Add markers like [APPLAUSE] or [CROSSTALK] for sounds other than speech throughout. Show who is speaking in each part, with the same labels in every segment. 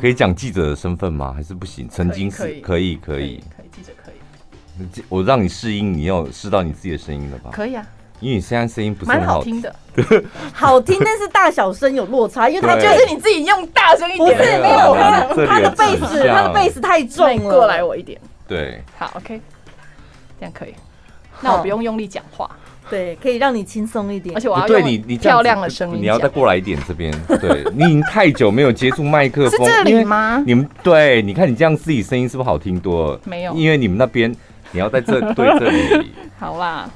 Speaker 1: 可以讲记者的身份吗？还是不行？曾经
Speaker 2: 可
Speaker 1: 是
Speaker 2: 以
Speaker 1: 可以可
Speaker 2: 可
Speaker 1: 以，
Speaker 2: 可以，记者可以，
Speaker 1: 我让你试音，你要试到你自己的声音了吧？
Speaker 2: 可以啊，
Speaker 1: 因为你现在声音不是
Speaker 2: 蛮
Speaker 1: 很
Speaker 2: 好
Speaker 1: 好
Speaker 2: 听。的。
Speaker 3: 好听，但是大小声有落差，因为他
Speaker 1: 对
Speaker 2: 就是你自己用大声一
Speaker 3: 不是
Speaker 2: 点，
Speaker 1: 对
Speaker 3: 没有他
Speaker 1: 这
Speaker 3: 的
Speaker 1: 里
Speaker 3: 他的
Speaker 1: 有
Speaker 3: 贝
Speaker 1: 指
Speaker 3: 斯，
Speaker 1: 向
Speaker 3: 他的贝斯太重
Speaker 2: 转
Speaker 3: 了。
Speaker 2: 过来我一点。
Speaker 1: 对，
Speaker 2: 好，OK，这样可以。那我不用用力讲话，
Speaker 3: 对，可以让你轻松一点
Speaker 2: 而。且我
Speaker 1: 哎不
Speaker 2: 要
Speaker 1: 对你你
Speaker 2: 用
Speaker 1: 这样子
Speaker 2: 漂亮的声音
Speaker 1: 你要再
Speaker 2: 讲。
Speaker 1: 过来一点这
Speaker 2: [LAUGHS]
Speaker 1: 边。对你已经太久没有接触麦克
Speaker 2: 是
Speaker 1: 风，
Speaker 2: 这
Speaker 1: 因
Speaker 2: 里
Speaker 1: 为
Speaker 2: 吗？
Speaker 1: 你们对，你看你这样自己声音是不是好听多了？
Speaker 2: 没有
Speaker 1: 因为你们那边你要在这对这
Speaker 2: [LAUGHS]
Speaker 1: 里，
Speaker 2: 好啦，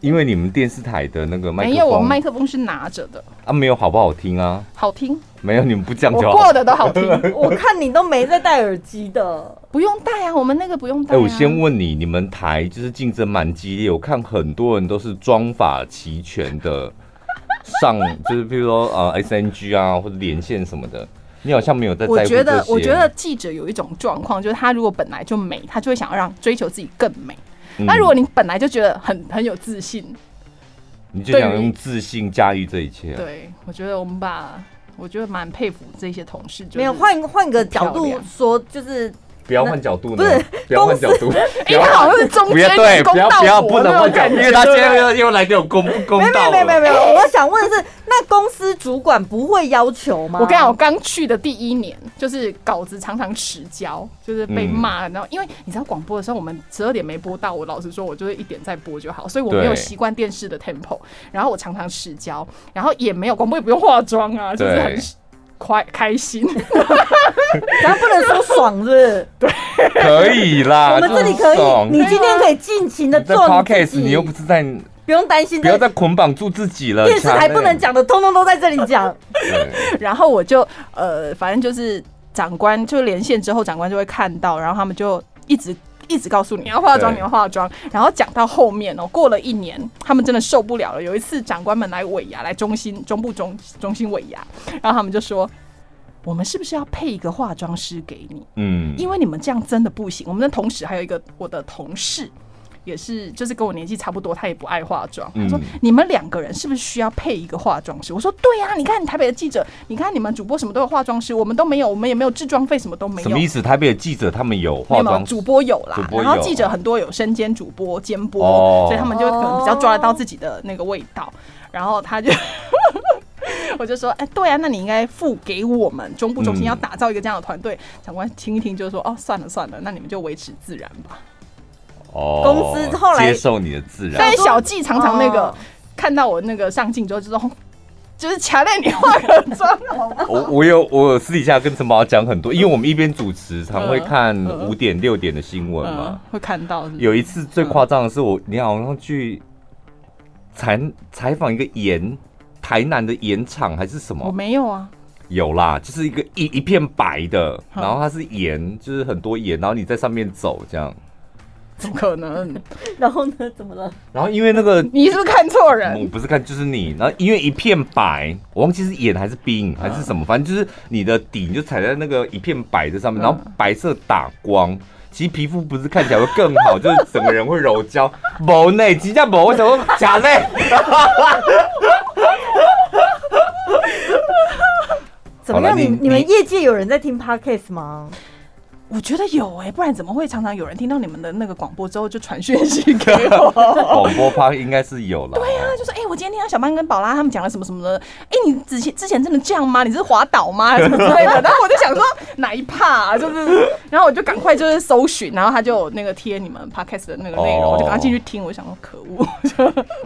Speaker 1: 因为你们电视台的那个麦克
Speaker 2: 没
Speaker 1: 风，
Speaker 2: 有，我麦克风是拿着的，
Speaker 1: 啊没有好不好听啊？
Speaker 2: 好听，
Speaker 1: 没有你们不这样
Speaker 2: 我
Speaker 1: 就
Speaker 2: 过
Speaker 1: 好。
Speaker 2: 的都好
Speaker 1: [LAUGHS]
Speaker 2: 听，
Speaker 3: 我看你都没在戴耳机的，
Speaker 2: 不用带啊，我们那个不用带、
Speaker 1: 哎、
Speaker 2: 啊。
Speaker 1: 我先问你，你们台就是竞争蛮激烈，我看很多人都是妆法齐全的上， [LAUGHS] 就是比如说呃 SNG 啊或者连线什么的，你好像没有在在乎
Speaker 2: 我觉得
Speaker 1: 这，些
Speaker 2: 我觉得记者有一种状况，就是他如果本来就美，他就会想要让追求自己更美。
Speaker 1: 嗯
Speaker 2: 那如果你本来就觉得很很有自信，
Speaker 1: 你就想
Speaker 2: 对于
Speaker 1: 用自信驾驭这一切，啊
Speaker 2: 对我觉得我们把，我觉得蛮佩服这些同事。就是、
Speaker 3: 没有换换个角
Speaker 2: 漂
Speaker 3: 度
Speaker 2: 亮
Speaker 3: 说，就是
Speaker 1: 不要换角度呢，
Speaker 3: 不是
Speaker 1: 不要换角度，
Speaker 2: 因为他哎好像是
Speaker 1: [LAUGHS]
Speaker 2: 中
Speaker 1: 不
Speaker 2: 间
Speaker 1: 要对，
Speaker 2: 公
Speaker 1: 不要
Speaker 2: 道
Speaker 1: 不要
Speaker 2: 婆
Speaker 1: 不能
Speaker 2: 那
Speaker 1: 换
Speaker 2: 种
Speaker 1: 角
Speaker 2: 感
Speaker 1: 度，
Speaker 2: 觉，
Speaker 1: 因为他今
Speaker 2: 对不
Speaker 1: 天
Speaker 2: 对
Speaker 1: 又又来给我公不公
Speaker 3: 没有没
Speaker 1: 道
Speaker 3: 有
Speaker 1: 了，
Speaker 3: 没有没有没有。我想问的是，那公司主管不会要求吗？
Speaker 2: 我跟你讲，我刚去的第一年，就是稿子常常迟交，就是被骂。
Speaker 1: 嗯
Speaker 2: 然后，因为你知道广播的时候，我们十二点没播到，我老实说，我就是一点再播就好，所以我没有
Speaker 1: 对
Speaker 2: 习惯电视的 tempo。然后我常常迟交，然后也没有广播也不用化妆啊，就是
Speaker 1: 对
Speaker 2: 很快开心。
Speaker 3: 咱不能说爽是不是？
Speaker 1: 可以啦，
Speaker 3: [LAUGHS] 我们这里可以，你今天可以尽情的
Speaker 1: 你在
Speaker 3: 做你
Speaker 1: podcast，
Speaker 3: 自己，
Speaker 1: 你又不是在，
Speaker 3: 不用担心
Speaker 1: 不要再捆绑住自己了。
Speaker 3: 电视台
Speaker 1: 强欸
Speaker 3: 不能，讲的，通通都在这里讲。
Speaker 1: 对
Speaker 2: 然后我就呃，反正就是长官就连线之后，长官就会看到，然后他们就一直。一直告诉你要化妆，
Speaker 1: 对
Speaker 2: 你要化妆。然后讲到后面哦，过了一年，他们真的受不了了。有一次，长官们来尾牙，来中心中部中中心尾牙，然后他们就说：“我们是不是要配一个化妆师给你？
Speaker 1: 嗯，
Speaker 2: 因为你们这样真的不行。”我们的同事还有一个我的同事，也是就是跟我年纪差不多，他也不爱化妆。他说
Speaker 1: 嗯：“
Speaker 2: 你们两个人是不是需要配一个化妆师？”我说：“对呀、你看台北的记者，你看你们主播什么都有化妆师，我们都没有，我们也没有制妆费，什么都没
Speaker 1: 什
Speaker 2: 有。”
Speaker 1: 么意思？台北的记者他们有
Speaker 2: 没
Speaker 1: 化
Speaker 2: 有没有
Speaker 1: 妆
Speaker 2: 主播有啦
Speaker 1: 主，播有啊
Speaker 2: 然后记者很多有身兼主播、兼播，
Speaker 1: 哦
Speaker 2: 所以他们就可能比较抓得到自己的那个味道。然后他就， [LAUGHS] 我就说，哎，对啊，那你应该付给我们中部中心
Speaker 1: 嗯
Speaker 2: 要打造一个这样的团队。长官听一听就说，哦，算了算了，那你们就维持自然吧。
Speaker 1: 哦
Speaker 3: 公司后来
Speaker 1: 接受你的自然，
Speaker 2: 但是小纪常常那个、
Speaker 3: 哦
Speaker 2: 看到我那个上镜之后，就说。哦就是强烈你化个妆，
Speaker 1: 我我有我有私底下跟陈宝讲很多，因为我们一边主持，常会看
Speaker 2: 嗯
Speaker 1: 五点六点的新闻嘛
Speaker 2: 嗯。，会看到是不是
Speaker 1: 有一次最夸张的是我，你好像去采采访一个盐，台南的盐厂还是什
Speaker 2: 我
Speaker 1: 么？
Speaker 2: 没有啊，
Speaker 1: 有啦，就是一个一一片白的，
Speaker 2: 嗯
Speaker 1: 然后它是盐，就是很多盐，然后你在上面走这样。
Speaker 2: 怎么可能？
Speaker 3: 然后呢？怎么了？
Speaker 1: 然后因为那个
Speaker 2: 你是不是看错
Speaker 1: 我
Speaker 2: 人？
Speaker 1: 不是看，就是你。然后因为一片白，我忘记是眼还是冰还是什么，反正就是你的底你就踩在那个一片白的上面，
Speaker 2: 嗯嗯
Speaker 1: 然后白色打光。其实皮肤不是看起来会更好，就是整个人会柔焦。某内，真正某，我想说假
Speaker 2: [LAUGHS]
Speaker 1: 内。
Speaker 3: 怎么样？
Speaker 1: 好了
Speaker 3: 你
Speaker 1: 你
Speaker 3: 你们
Speaker 1: 你
Speaker 3: 业界有人在听 podcast 吗？
Speaker 2: 我觉得有哎、不然怎么会常常有人听到你们的那个广播之后就传讯息给
Speaker 1: [LAUGHS]
Speaker 2: 我？
Speaker 1: 广播趴应该是有了。对呀、
Speaker 2: 他就说：“哎、我今天听到小曼跟宝拉他们讲了什么什么的，哎、你之前之前真的这样吗？你是滑倒吗？还是什么之
Speaker 1: [LAUGHS]
Speaker 2: 类的？”然后我就想说哪一趴、啊，就是，然后我就赶快就是搜寻，然后他就有那个贴你们 podcast 的那个内容，
Speaker 1: 哦
Speaker 2: 我就赶快进去听。我就想说可恶，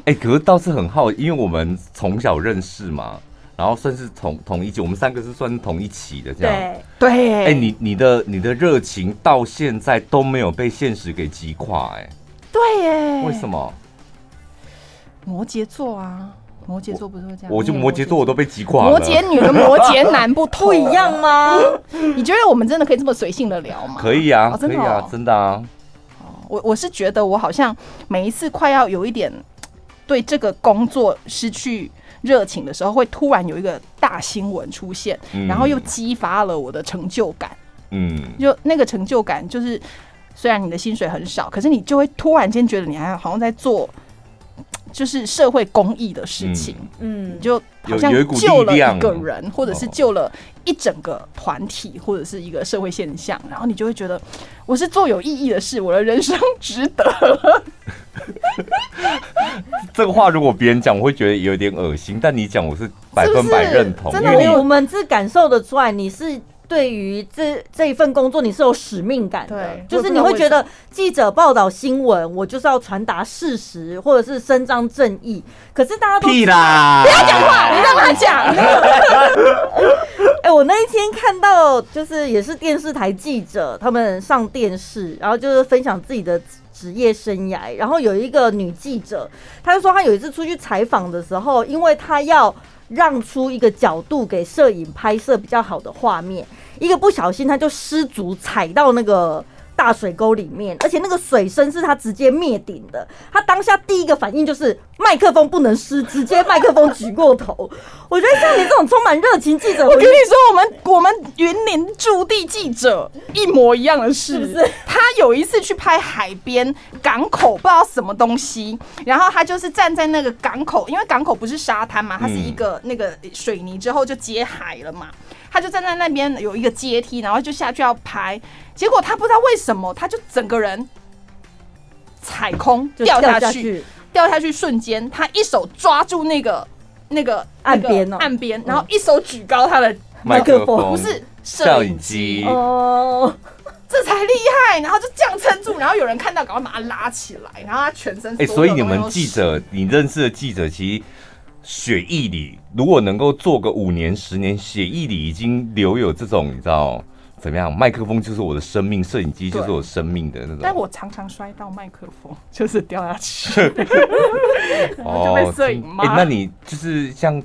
Speaker 1: 哎、可是倒是很好，因为我们从小认识嘛，然后算是同同一起，我们三个是算是同一起的这样。
Speaker 3: 对，
Speaker 2: 对，
Speaker 1: 哎、你你的你的热情到现在都没有被现实给击垮、
Speaker 2: 对耶，
Speaker 1: 哎，为什？么？
Speaker 2: 摩羯座啊，摩羯座不是会这样？哎
Speaker 1: 我就摩羯座，我都被击垮了。
Speaker 2: 嗯
Speaker 1: 啊
Speaker 2: 摩羯女跟摩羯男不
Speaker 3: 不
Speaker 1: [LAUGHS]
Speaker 2: 不
Speaker 3: 一样吗？
Speaker 1: 哦
Speaker 2: 你觉得我们真的可以这么随性的聊吗？
Speaker 1: 可以啊，
Speaker 2: 哦
Speaker 1: 可
Speaker 2: 真
Speaker 1: 以
Speaker 2: 的
Speaker 1: 啊
Speaker 2: 哦，
Speaker 1: 真的啊。
Speaker 2: 我我是觉得我好像每一次快要有一点对这个工作失去热情的时候，会突然有一个大新闻出现，
Speaker 1: 嗯
Speaker 2: 然后又激发了我的成就感。
Speaker 1: 嗯，
Speaker 2: 就那个成就感，就是虽然你的薪水很少，可是你就会突然间觉得你还好像在做就是社会公益的事情，
Speaker 3: 嗯
Speaker 2: 你，就好
Speaker 1: 有
Speaker 2: 像
Speaker 1: 有一股
Speaker 2: 救了
Speaker 1: 力量
Speaker 2: 一个人，或者是
Speaker 1: 哦
Speaker 2: 救了一整个团体，或者是一个社会现象，然后你就会觉得我是做有意义的事，我的人生值得。
Speaker 1: 这个话如果别人讲，我会觉得有点恶心，但你讲我是百分百认同，
Speaker 3: 真
Speaker 1: 因为
Speaker 3: 的，我
Speaker 1: 你
Speaker 3: 们是感受得出来，你是对于这这一份工作你是有使命感的
Speaker 2: 对，
Speaker 3: 就是你会觉得记者报道新闻，我就是要传达事实或者是伸张正义。可是大家都
Speaker 1: 屁啦，不要讲话，
Speaker 2: 你让他讲，
Speaker 3: [LAUGHS] 哎、我那一天看到，就是也是电视台记者，他们上电视，然后就是分享自己的职业生涯。然后有一个女记者，她就说她有一次出去采访的时候，因为她要让出一个角度给摄影拍摄比较好的画面，一个不小心她就失足踩到那个。大水沟里面，而且那个水深是她直接灭顶的。她当下第一个反应就是麦克风不能失，直接麦克风举过头。 [LAUGHS] 我觉得像你这种充满热情记者，我
Speaker 2: 我跟你说，我们我们云林驻地记者一模一样的事，
Speaker 3: 是不是
Speaker 2: 他有一次去拍海边港口，不知道什么东西，然后他就是站在那个港口，因为港口不是沙滩嘛，它是一个、那个水泥之后就接海了嘛，他就站在那边有一个阶梯，然后就下去要拍，结果他不知道为什么，他就整个人踩空
Speaker 3: 就
Speaker 2: 掉下
Speaker 3: 下
Speaker 2: 去。，掉下去瞬间，他一手抓住那个那个
Speaker 3: 岸边
Speaker 2: 那
Speaker 3: 哦
Speaker 2: 个岸边，然后一手举高他的
Speaker 1: 麦克风
Speaker 2: 不是摄
Speaker 1: 嗯摄
Speaker 2: 影
Speaker 1: 影
Speaker 2: 机，
Speaker 1: 机，
Speaker 3: 哦，
Speaker 2: 这才厉害。然后就这样撑住，然后有人看到，赶快把他拉起来，然后他全身
Speaker 1: 哎、
Speaker 2: 有
Speaker 1: 所以
Speaker 2: 东
Speaker 1: 你
Speaker 2: 西
Speaker 1: 们
Speaker 2: 都
Speaker 1: 记
Speaker 2: 湿
Speaker 1: 者，你认识的记者，其实血液里如果能够做个五年、十年，血液里已经留有这种，你知道怎么样？麦克风就是我的生命，摄影机就是
Speaker 2: 对
Speaker 1: 我生命的那种。
Speaker 2: 但我常常摔到麦克风，就是掉下去。 [LAUGHS] 就被摄影骂
Speaker 1: 哎、那你就是像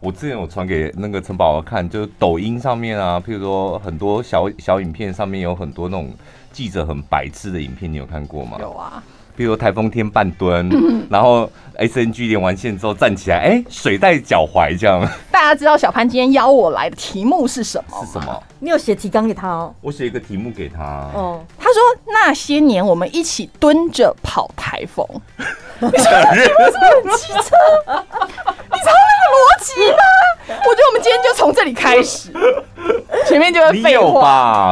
Speaker 1: 我之前有传给那个陈宝宝看，就是抖音上面啊，譬如说很多小小影片上面有很多那种记者很白痴的影片，你有看过吗？
Speaker 2: 有啊，
Speaker 1: 比如台风天半蹲，然后 S N G 连完线之后站起来，哎、水在脚踝这样
Speaker 2: 大家知道小潘今天邀我来的题目是什么
Speaker 1: 是
Speaker 2: 吗？
Speaker 1: 什么？
Speaker 3: 你有写提纲给他哦，
Speaker 1: 我写一个题目给他，
Speaker 3: 哦，
Speaker 2: 他说：“那些年我们一起蹲着跑台风。”你知道那个逻辑吗？我觉得我们今天就从这里开始，前面就会
Speaker 1: [LAUGHS] 你
Speaker 2: 废
Speaker 1: 有
Speaker 2: 话。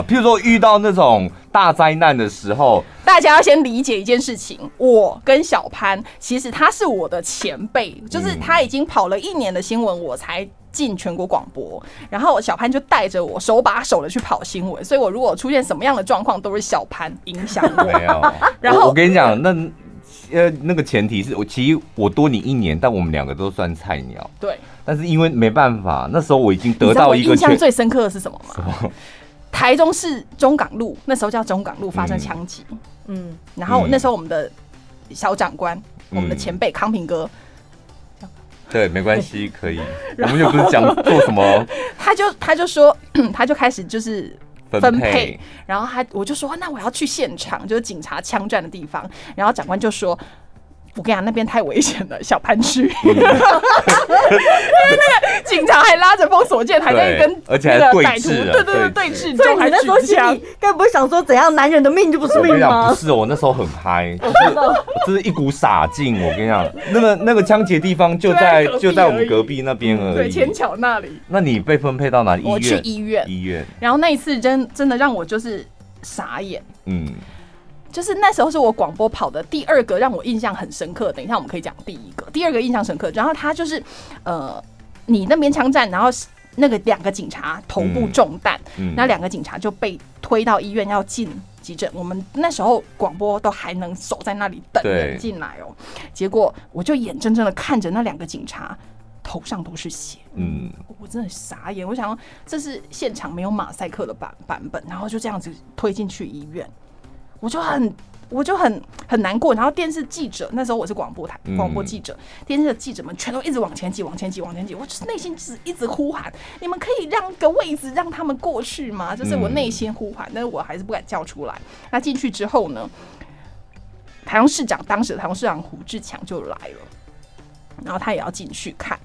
Speaker 1: 吧？譬如说遇到那种大灾难的时候，
Speaker 2: 大家要先理解一件事情，我跟小潘其实他是我的前辈，就是他已经跑了一年的新闻，我才。进全国广播，然后小潘就带着我手把手的去跑新闻，所以我如果出现什么样的状况，都是小潘影响
Speaker 1: [LAUGHS]
Speaker 2: 我。
Speaker 1: 没有。
Speaker 2: [LAUGHS] 然后
Speaker 1: 哦我我跟你讲，那呃那个前提是我其实我多你一年，但我们两个都算菜鸟。
Speaker 2: [LAUGHS] 对，
Speaker 1: 但是因为没办法，那时候我已经
Speaker 2: 你
Speaker 1: 得
Speaker 2: 知道
Speaker 1: 到
Speaker 2: 我
Speaker 1: 一个
Speaker 2: 印象
Speaker 1: 全
Speaker 2: 最深刻的是什么吗？台中市中港路那时候叫中港路发生枪击，
Speaker 3: 嗯，
Speaker 2: 然后
Speaker 1: 嗯
Speaker 2: 那时候我们的小长官，我们的
Speaker 1: 嗯
Speaker 2: 前辈康平哥，
Speaker 1: 对，没关系，可
Speaker 2: [LAUGHS]
Speaker 1: 以。我们又不是讲做什么
Speaker 2: 他就他就说， [CLEARS THROAT] 他就开始就是
Speaker 1: 分
Speaker 2: 分
Speaker 1: 配
Speaker 2: 配，，然后他我就说，那我要去现场，就是警察枪战的地方，然后长官就说。我跟你讲，那边太危险了，小潘区。
Speaker 1: 嗯
Speaker 2: [LAUGHS] 因为那个警察还拉着封锁键，还在
Speaker 1: 对
Speaker 2: 跟
Speaker 1: 而且还
Speaker 2: 那个
Speaker 1: 对
Speaker 2: 歹徒
Speaker 1: 峙啊
Speaker 2: 对对
Speaker 1: 对
Speaker 2: 对对峙，
Speaker 3: 所以
Speaker 2: 中
Speaker 3: 你
Speaker 2: 还
Speaker 3: 那时候
Speaker 2: 举
Speaker 3: 心
Speaker 2: 枪
Speaker 3: 里该不会想说，怎样男人的命就不是
Speaker 1: 我跟
Speaker 3: 命
Speaker 1: 你讲，
Speaker 3: 吗
Speaker 1: 不？是哦，我那时候很嗨，
Speaker 2: [LAUGHS]
Speaker 1: 就是我真是一股傻劲。我跟你讲，那个那个枪击的地方就在
Speaker 2: 就在隔壁
Speaker 1: 就在我们
Speaker 2: 而已
Speaker 1: 隔壁那边而
Speaker 2: 对，
Speaker 1: 已
Speaker 2: 前。桥那里。
Speaker 1: 那你被分配到哪里？
Speaker 2: 我
Speaker 1: 医
Speaker 2: 去
Speaker 1: 院？
Speaker 2: 医院，
Speaker 1: 医院。
Speaker 2: 然后那一次真真的让我就是傻眼，
Speaker 1: 嗯，
Speaker 2: 就是那时候是我广播跑的第二个让我印象很深刻。等一下我们可以讲第一个，第二个印象深刻。然后他就是，呃，你那边枪战，然后那个两个警察头部中弹，
Speaker 1: 嗯
Speaker 2: 那两个警察就被推到医院要进急诊。我们那时候广播都还能守在那里等
Speaker 1: 对
Speaker 2: 人进来哦，结果我就眼睁睁的看着那两个警察头上都是血。
Speaker 1: 嗯，
Speaker 2: 我真的傻眼，我想说这是现场没有马赛克的版版本，然后就这样子推进去医院，我就很我就很很难过。然后电视记者那时候我是广播台
Speaker 1: 嗯
Speaker 2: 广播记者，电视的记者们全都一直往前挤，往前挤，往前挤，我就是内心只一直呼喊：你们可以让个位置让他们过去吗？就是我内心呼喊，但是我还是不敢叫出来。那进去之后呢，台中市长当时的台中市长胡志强就来了。然后他也要进去看，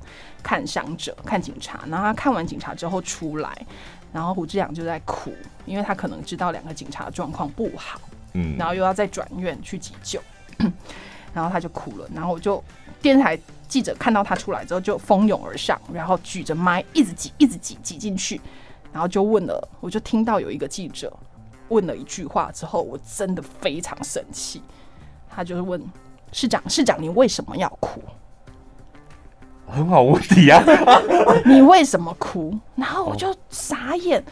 Speaker 2: 看伤者，看警察。然后他看完警察之后出来，然后胡志阳就在哭，因为他可能知道两个警察的状况不好，
Speaker 1: 嗯
Speaker 2: 然后又要再转院去急救。 [CLEARS THROAT] 然后他就哭了，然后我就电视台记者看到他出来之后就蜂拥而上，然后举着麦一直挤，一直挤，挤进去，然后就问了，我就听到有一个记者问了一句话之后，我真的非常生气，他就是问市长，市长你为什么要哭？
Speaker 1: 很好问题
Speaker 2: [LAUGHS]
Speaker 1: 啊，
Speaker 2: 你为什么哭？然后我就傻眼，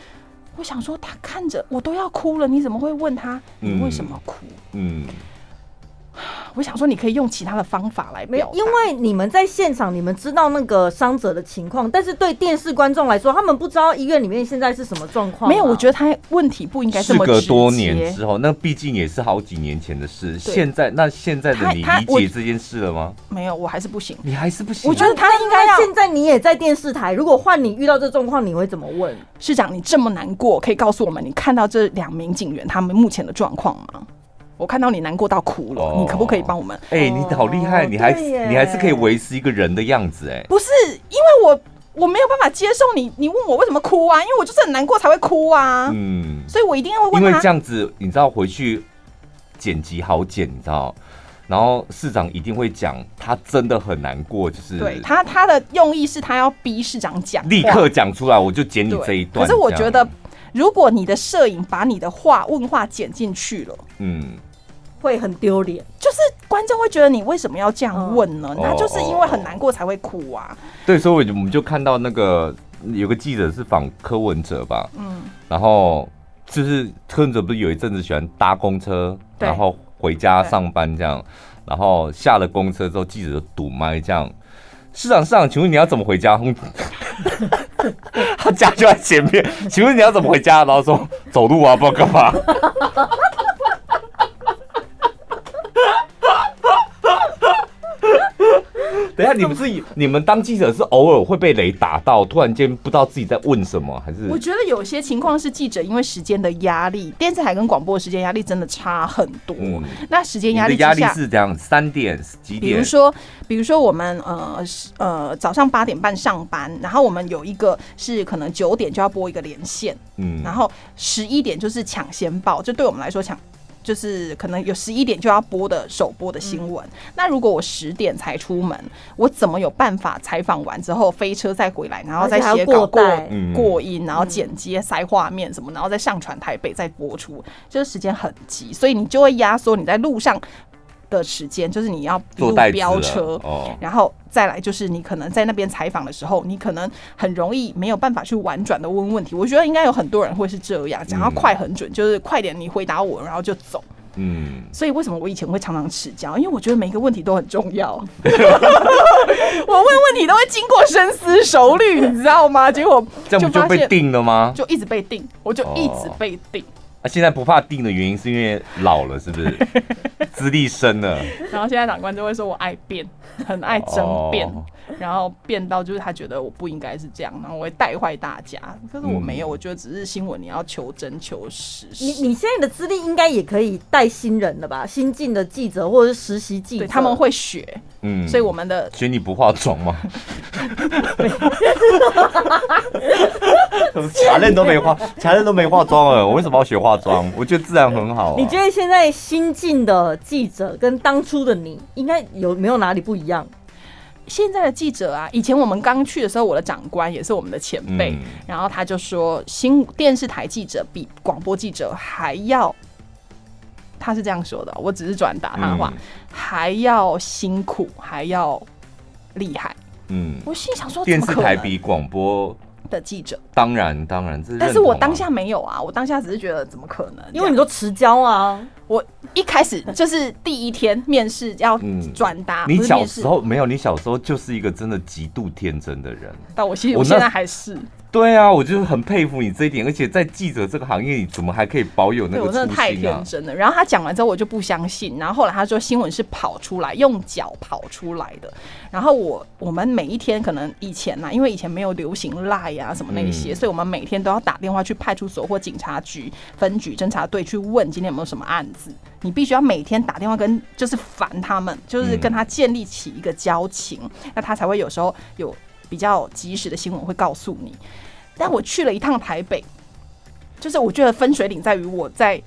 Speaker 2: 我想说他看着我都要哭了，你怎么会问他你为什么哭？
Speaker 1: 嗯，
Speaker 2: 我想说你可以用其他的方法来
Speaker 3: 没
Speaker 2: 表达，，
Speaker 3: 有因为你们在现场，你们知道那个伤者的情况，但是对电视观众来说，他们不知道医院里面现在是什么状况啊。
Speaker 2: 没有，我觉得他问题不应该
Speaker 1: 事
Speaker 2: 这么
Speaker 1: 隔
Speaker 2: 直
Speaker 1: 多
Speaker 2: 接
Speaker 1: 年之后，那毕竟也是好几年前的事。
Speaker 2: 对
Speaker 1: 现在那现在的
Speaker 2: 他
Speaker 1: 你
Speaker 2: 他
Speaker 1: 理
Speaker 2: 我
Speaker 1: 解这件事了吗？
Speaker 2: 没有，我还是不行。
Speaker 1: 你还是不行啊。
Speaker 2: 我觉得他应
Speaker 3: 应
Speaker 2: 该
Speaker 3: 该
Speaker 2: 要
Speaker 3: 现在你也在电视台，如果换你遇到这状况，你会怎么问？
Speaker 2: 市长，你这么难过，可以告诉我们你看到这两名警员他们目前的状况吗？我看到你难过到哭了，
Speaker 1: 哦
Speaker 2: 你可不可以帮我们？
Speaker 1: 哎、你好厉害，
Speaker 3: 哦
Speaker 1: 你还
Speaker 3: 对耶
Speaker 1: 你还是可以维持一个人的样子哎、
Speaker 2: 不是，因为我我没有办法接受你，你问我为什么哭啊？因为我就是很难过才会哭啊，
Speaker 1: 嗯，
Speaker 2: 所以我一定要
Speaker 1: 因
Speaker 2: 问
Speaker 1: 为
Speaker 2: 他。
Speaker 1: 这样子，你知道回去剪辑好剪，你知道，然后市长一定会讲，他真的很难过，就是
Speaker 2: 对他他的用意是他要逼市长讲话，
Speaker 1: 立刻讲出来，我就剪你
Speaker 2: 对
Speaker 1: 这一段。
Speaker 2: 可是我
Speaker 1: 这样
Speaker 2: 觉得，，如果你的摄影把你的话问话剪进去了。
Speaker 1: 嗯，
Speaker 3: 会很丢脸。
Speaker 2: 就是观众会觉得你为什么要这样问呢？
Speaker 1: 嗯哦
Speaker 2: 他就是因为很难过才会哭啊。
Speaker 1: 对，所以我就我们就看到那个有个记者是访柯文哲吧，
Speaker 2: 嗯，
Speaker 1: 然后就是柯文哲不是有一阵子喜欢搭公车，
Speaker 2: 对
Speaker 1: 然后回家
Speaker 2: 对
Speaker 1: 上班这样，然后下了公车之后，记者就堵麦这样。市长，市长，请问你要怎么回家？ [LAUGHS] 他家就在前面，请问你要怎么回家？然后说走路啊，不知道干嘛。 [LAUGHS] 等一下，你们是你们当记者是偶尔会被雷打到，突然间不知道自己在问什么，还是
Speaker 2: 我觉得有些情况是记者因为时间的压力，电视台跟广播的时间压力真的差很多。
Speaker 1: 嗯
Speaker 2: 那时间
Speaker 1: 你
Speaker 2: 压
Speaker 1: 的
Speaker 2: 力之
Speaker 1: 压力
Speaker 2: 下，
Speaker 1: 是这样，三点几
Speaker 2: 比
Speaker 1: 点？
Speaker 2: 如说，比如说我们呃是呃早上八点半上班，然后我们有一个是可能九点就要播一个连线，
Speaker 1: 嗯
Speaker 2: 然后十一点就是抢先报，就对我们来说抢。就是可能有十一点就要播的首播的新闻，那如果我十点才出门，我怎么有办法采访完之后飞车再回来，然后再写稿
Speaker 3: 而且还要过带
Speaker 1: 嗯
Speaker 2: 过音，然后剪接、塞画面什么，然后再上传台北再播出，就是时间很急，所以你就会压缩你在路上的时间，就是你要一
Speaker 1: 坐
Speaker 2: 路
Speaker 1: 带子
Speaker 2: 飙
Speaker 1: 了
Speaker 2: 车，
Speaker 1: 哦，
Speaker 2: 然后再来就是你可能在那边采访的时候，你可能很容易没有办法去婉转的问问题。我觉得应该有很多人会是这样，想要快很准，就是快点你回答我，然后就走。
Speaker 1: 嗯，
Speaker 2: 所以为什么我以前会常常迟交？因为我觉得每一个问题都很重
Speaker 1: [LAUGHS]
Speaker 2: 要，我问问题都会经过深思熟虑，你知道吗？结果
Speaker 1: 这样不就
Speaker 2: 发
Speaker 1: 被
Speaker 2: 现
Speaker 1: 定了吗？
Speaker 2: 就一直被定，我就一直被定。
Speaker 1: 啊，现在不怕定的原因是因为老了，是不是？ [LAUGHS] 资历深了，
Speaker 2: 然后现在长官就会说我爱
Speaker 1: [LAUGHS]
Speaker 2: 变，很爱争辩，
Speaker 1: 哦
Speaker 2: 然后变到就是他觉得我不应该是这样，然后我会带坏大家。可是我没有，
Speaker 1: 嗯
Speaker 2: 我觉得只是新闻你要求真求实。
Speaker 3: 你你现在的资历应该也可以带新人了吧？新进的记者或者是实习记者，
Speaker 2: 对他们会学，
Speaker 1: 嗯，
Speaker 2: 所以我们的
Speaker 1: 学你不化妆 [LAUGHS] 吗？假认都没化，假认都没化妆了，我为什么要学化妆？我觉得自然很好、啊。
Speaker 3: 你觉得现在新进的记者跟当初的你，应该有没有哪里不一样？
Speaker 2: 现在的记者啊，以前我们刚去的时候，我的长官也是我们的前辈，
Speaker 1: 嗯
Speaker 2: 然后他就说，新电视台记者比广播记者还要，他是这样说的，我只是转达他的
Speaker 1: 嗯
Speaker 2: 话，还要辛苦，还要厉害。
Speaker 1: 嗯，
Speaker 2: 我心想说，
Speaker 1: 电
Speaker 2: 怎
Speaker 1: 视
Speaker 2: 么可
Speaker 1: 台
Speaker 2: 能
Speaker 1: 比广播，
Speaker 2: 的记者，
Speaker 1: 当然当然，这
Speaker 2: 但
Speaker 1: 认
Speaker 2: 是我
Speaker 1: 同啊
Speaker 2: 当下没有啊，我当下只是觉得怎么可能？
Speaker 3: 因为你
Speaker 2: 这样
Speaker 3: 都迟交啊，
Speaker 2: 我一开始就是第一天面试要
Speaker 1: 嗯
Speaker 2: 转达，
Speaker 1: 你
Speaker 2: 不是
Speaker 1: 小
Speaker 2: 面试
Speaker 1: 时，候没有，你小时候就是一个真的极度天真的人。
Speaker 2: 但我现
Speaker 1: 我
Speaker 2: 我
Speaker 1: 那
Speaker 2: 现在还是，
Speaker 1: 对啊，我就是很佩服你这一点，而且在记者这个行业，你怎么还可以保有那
Speaker 2: 对
Speaker 1: 个
Speaker 2: 我真的
Speaker 1: 初
Speaker 2: 太
Speaker 1: 心
Speaker 2: 天
Speaker 1: 啊？
Speaker 2: 真了。然后他讲完之后，我就不相信。然后后来他说新闻是跑出来，用脚跑出来的。然后我我们每一天可能以前啊呐、因为以前没有流行赖呀、什么那一些，
Speaker 1: 嗯
Speaker 2: 所以我们每天都要打电话去派出所或警察局、分局、侦查队去问今天有没有什么案子。你必须要每天打电话跟就是烦他们，就是跟他建立起一个交情，那他才会有时候有比较及时的新闻会告诉你。但我去了一趟台北，就是我觉得分水岭在于我在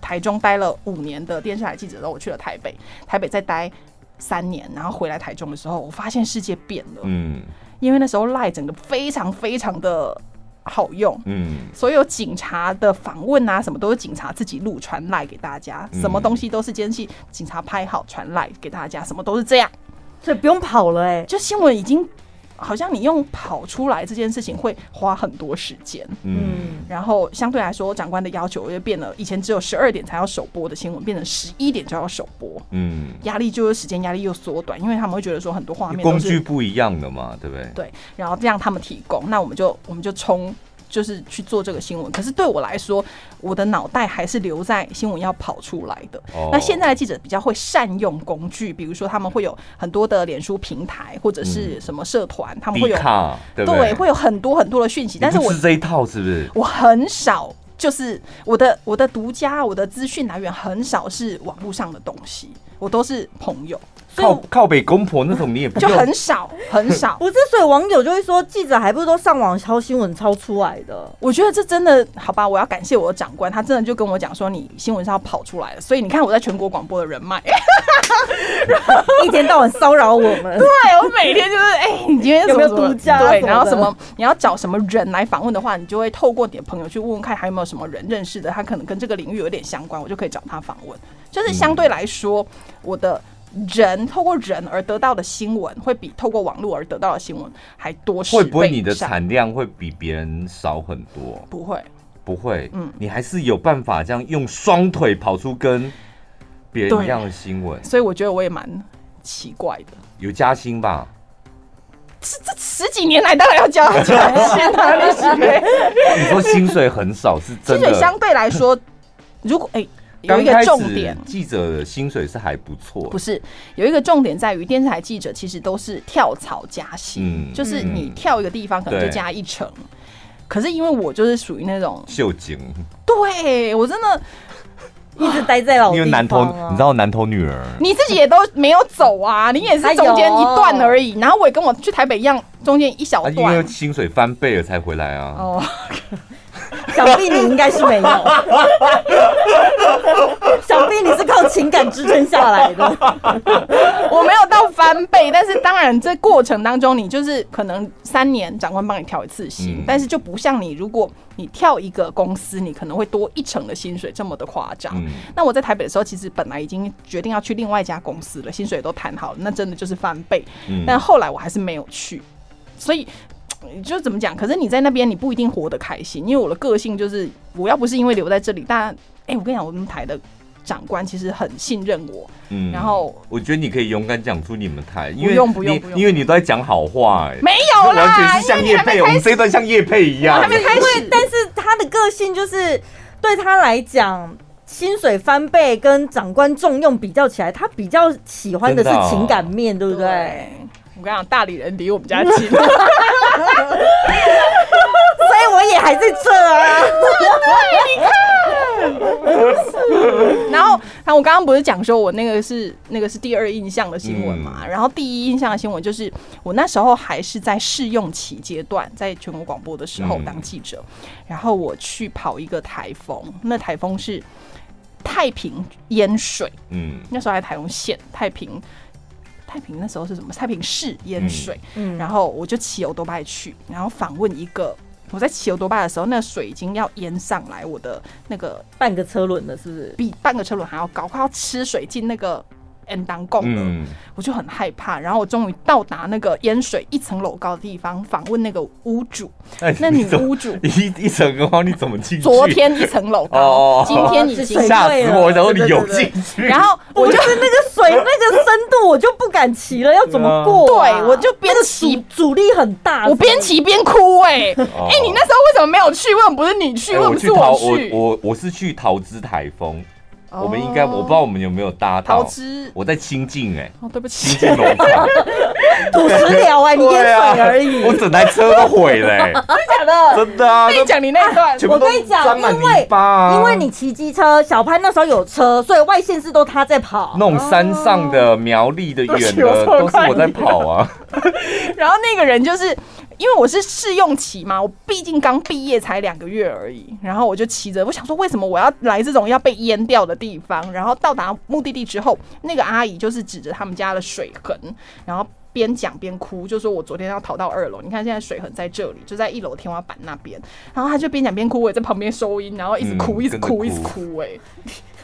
Speaker 2: 台中待了五年的电视台记者之后，我去了台北，台北再待三年，然后回来台中的时候，我发现世界变了，
Speaker 1: 嗯
Speaker 2: 因为那时候赖整个非常非常的好用。
Speaker 1: 嗯
Speaker 2: 所有警察的访问啊，什么都是警察自己录传赖给大家，
Speaker 1: 嗯
Speaker 2: 什么东西都是监视器警察拍好传赖给大家，什么都是这样。
Speaker 3: 所以不用跑了哎、
Speaker 2: 就新闻已经好像你用跑出来这件事情会花很多时间，
Speaker 1: 嗯
Speaker 3: 嗯，
Speaker 2: 然后相对来说长官的要求就变了，以前只有十二点才要首播的新闻，变成十一点就要首播，
Speaker 1: 嗯，
Speaker 2: 压力就是时间压力又缩短，因为他们会觉得说很多画面都
Speaker 1: 工
Speaker 2: 是
Speaker 1: 具不一样的嘛，对不对？
Speaker 2: 对，然后让他们提供，那我们就我们就冲。就是去做这个新闻，可是对我来说，我的脑袋还是留在新闻要跑出来的。
Speaker 1: 哦
Speaker 2: 那现在的记者比较会善用工具，比如说他们会有很多的脸书平台或者是什么社团，他们会
Speaker 1: 低
Speaker 2: 有
Speaker 1: 卡，嗯对不
Speaker 2: 对，会有很多很多的讯息，
Speaker 1: 你
Speaker 2: 但是
Speaker 1: 不
Speaker 2: 我
Speaker 1: 吃这一套是不是？
Speaker 2: 我很少，就是我的我的独家，我的资讯来源很少是网络上的东西，我都是朋友，所以
Speaker 1: 靠
Speaker 2: 我
Speaker 1: 靠北公婆那种你也不
Speaker 2: 就
Speaker 1: 用，
Speaker 2: 很少很少。
Speaker 3: 不是，所以网友就会说，记者还不是都上网抄新闻抄出来的？ [LAUGHS]
Speaker 2: 我觉得这真的好吧，我要感谢我的长官，他真的就跟我讲说，你新闻是要跑出来的，所以你看我在全国广播的人脉， [LAUGHS] 哎
Speaker 3: 一天到晚骚扰我
Speaker 1: [LAUGHS]
Speaker 3: 们，
Speaker 2: 对我每天就是哎、你今天什么
Speaker 3: 有没有
Speaker 2: 什么
Speaker 3: 独家
Speaker 2: 对，
Speaker 3: 什么
Speaker 2: 然后
Speaker 3: 的
Speaker 2: 什么你要找什么人来访问的话，你就会透过你的朋友去问问看，还有没有什么人认识的，他可能跟这个领域有点相关，我就可以找他访问。就是相对来说，我的人透过人而得到的新闻，会比透过网络而得到的新闻还多十倍
Speaker 1: 会
Speaker 2: 以上。
Speaker 1: 不会你的产量会比别人少很多？
Speaker 2: 不会？
Speaker 1: 不会，
Speaker 2: 嗯
Speaker 1: 你还是有办法这样用双腿跑出跟别人一样的新闻，
Speaker 2: 所以我觉得我也蛮奇怪的。
Speaker 1: 有加薪吧？
Speaker 2: 这十几年来，当然要加加薪啊，你学。
Speaker 1: 你说薪水很少是
Speaker 2: 薪
Speaker 1: [LAUGHS] 真
Speaker 2: 水
Speaker 1: 的，
Speaker 2: 相对来说，如果哎、有
Speaker 1: 刚
Speaker 2: 一个
Speaker 1: 开
Speaker 2: 重
Speaker 1: 始
Speaker 2: 点，
Speaker 1: 记者的薪水是还不错
Speaker 2: 不，是，有一个重点在于电视台记者其实都是跳槽加薪，
Speaker 1: 嗯
Speaker 2: 就是
Speaker 1: 嗯
Speaker 2: 你跳一个地方可能就
Speaker 1: 对
Speaker 2: 加一成。可是因为我就是属于那种，
Speaker 1: 秀景，
Speaker 2: 对我真的
Speaker 3: 一直待在老地
Speaker 1: 因
Speaker 3: 方、
Speaker 1: 为
Speaker 3: 啊。
Speaker 1: 南投，你知道南投女儿，
Speaker 2: 你自己也都没有走啊，你也是中间一段而已。然后我也跟我去台北一样，中间一小
Speaker 1: 啊，因
Speaker 2: 段
Speaker 1: 为。薪水翻倍了才回来啊。
Speaker 2: 哦，
Speaker 3: 想必你应该
Speaker 1: [LAUGHS]
Speaker 3: 是没有，想必你是靠情感支撑下来的。
Speaker 2: 我没有到翻倍，但是当然这过程当中，你就是可能三年长官帮你调一次薪，
Speaker 1: 嗯
Speaker 2: 但是就不像你如果你跳一个公司，你可能会多一成的薪水这么的夸张。
Speaker 1: 嗯，
Speaker 2: 那我在台北的时候，其实本来已经决定要去另外一家公司了，薪水都谈好了，那真的就是翻倍。
Speaker 1: 嗯
Speaker 2: 但后来我还是没有去，所以。嗯就怎么讲？可是你在那边，你不一定活得开心，因为我的个性就是，我要不是因为留在这里，但哎、我跟你讲，我们台的长官其实很信任我，
Speaker 1: 嗯
Speaker 2: 然后
Speaker 1: 我觉得你可以勇敢讲出你们台，因为
Speaker 2: 用不用
Speaker 1: 你
Speaker 2: 不用
Speaker 1: 因为你都在讲好话，哎，
Speaker 2: 没有
Speaker 1: 这完
Speaker 2: 啦，
Speaker 1: 全是像叶佩，我们这一段像叶佩一样
Speaker 2: 还，没开
Speaker 3: 因
Speaker 2: 始
Speaker 3: 为，但是他的个性就是对他来讲。薪水翻倍跟长官重用比较起来，他比较喜欢的是
Speaker 1: 真的哦
Speaker 3: 情感面，对不对？？
Speaker 2: 我跟你讲，大理人离我们家
Speaker 1: [LAUGHS]
Speaker 2: 近，
Speaker 3: 所以我也还在这啊。 [LAUGHS]
Speaker 2: 然后，然后我刚刚不是讲说我那个是那个是第二印象的新闻
Speaker 1: 嗯
Speaker 2: 嘛？然后第一印象的新闻就是我那时候还是在试用期阶段，在全国广播的时候
Speaker 1: 嗯
Speaker 2: 当记者，然后我去跑一个台风，那台风是太平淹水，
Speaker 1: 嗯
Speaker 2: 那时候还台东县太平。太平那时候是什么？太平市淹水，
Speaker 3: 嗯
Speaker 2: 然后我就骑欧多拜去，然后访问一个。我在骑欧多拜的时候，那水已经要淹上来我的那个呃
Speaker 3: 半个车轮的，是不是？
Speaker 2: 比半个车轮还要高，快要吃水进那个 N 当贡了，
Speaker 1: 嗯，
Speaker 2: 我就很害怕。然后我终于到达那个淹水一层楼高的地方，访问那个屋
Speaker 1: [LAUGHS]
Speaker 2: 主，
Speaker 1: 哎
Speaker 2: 那
Speaker 1: 你
Speaker 2: 女
Speaker 1: 怎么。
Speaker 2: 屋主
Speaker 1: [LAUGHS] 一一整个话你怎么进去？
Speaker 2: 昨天一层楼
Speaker 1: [LAUGHS]
Speaker 2: 高
Speaker 1: 哦，
Speaker 2: 今天已
Speaker 3: 哦是
Speaker 2: 经
Speaker 3: 水
Speaker 1: 吓死我！我想说你有进去，
Speaker 2: [LAUGHS] 然后我
Speaker 3: 我
Speaker 2: 就
Speaker 3: 就是那个水那个深度，我就不敢骑了，要怎么过啊、
Speaker 2: 对我就边
Speaker 3: 那个
Speaker 2: 骑
Speaker 3: 阻阻力很大，
Speaker 2: 我边骑边哭哎、哎、
Speaker 1: [LAUGHS] 哦
Speaker 2: 你那时候为什么没有去？为什么不是你去？
Speaker 1: 哎
Speaker 2: 为什么
Speaker 1: 我
Speaker 2: 是
Speaker 1: 桃
Speaker 2: 去？
Speaker 1: 我我我是去桃之台风，我们应该我不知道我们有没有搭
Speaker 2: 桃
Speaker 1: 到，
Speaker 2: 之
Speaker 1: 我在清境哎，
Speaker 2: 哦，对不
Speaker 1: 清 [LAUGHS]
Speaker 2: 起，
Speaker 1: 境农场，
Speaker 3: 土石流啊，你淹
Speaker 1: 对啊
Speaker 3: 水而已。
Speaker 1: 我整台车都毁了哎，
Speaker 3: 假的。
Speaker 1: 真的啊，
Speaker 2: 跟你
Speaker 1: 都
Speaker 2: 讲你那
Speaker 1: [LAUGHS]
Speaker 2: 一段，
Speaker 1: 全部
Speaker 3: 我
Speaker 1: 都
Speaker 3: 跟你讲
Speaker 1: 沾满
Speaker 3: 因为
Speaker 1: 泥巴啊，
Speaker 3: 因为你骑机车，小潘那时候有车，所以外线是都他在跑
Speaker 1: 那。种山上的、苗栗的、远
Speaker 2: 对不起我
Speaker 1: 的，
Speaker 2: 错
Speaker 1: 都
Speaker 2: 了
Speaker 1: 是我在跑啊。
Speaker 2: 然后那个人就是因为我是试用期嘛，我毕竟刚毕业才两个月而已，然后我就骑着，我想说为什么我要来这种要被淹掉的地方？然后到达目的地之后，那个阿姨就是指着他们家的水痕，然后边讲边哭，就说我昨天要逃到二楼，你看现在水痕在这里，就在一楼天花板那边。然后她就边讲边哭，我也在旁边收音，然后一直哭，
Speaker 1: 嗯
Speaker 2: 一直哭，一
Speaker 1: 跟
Speaker 2: 直
Speaker 1: 着哭
Speaker 2: 哭、哎，
Speaker 3: 啊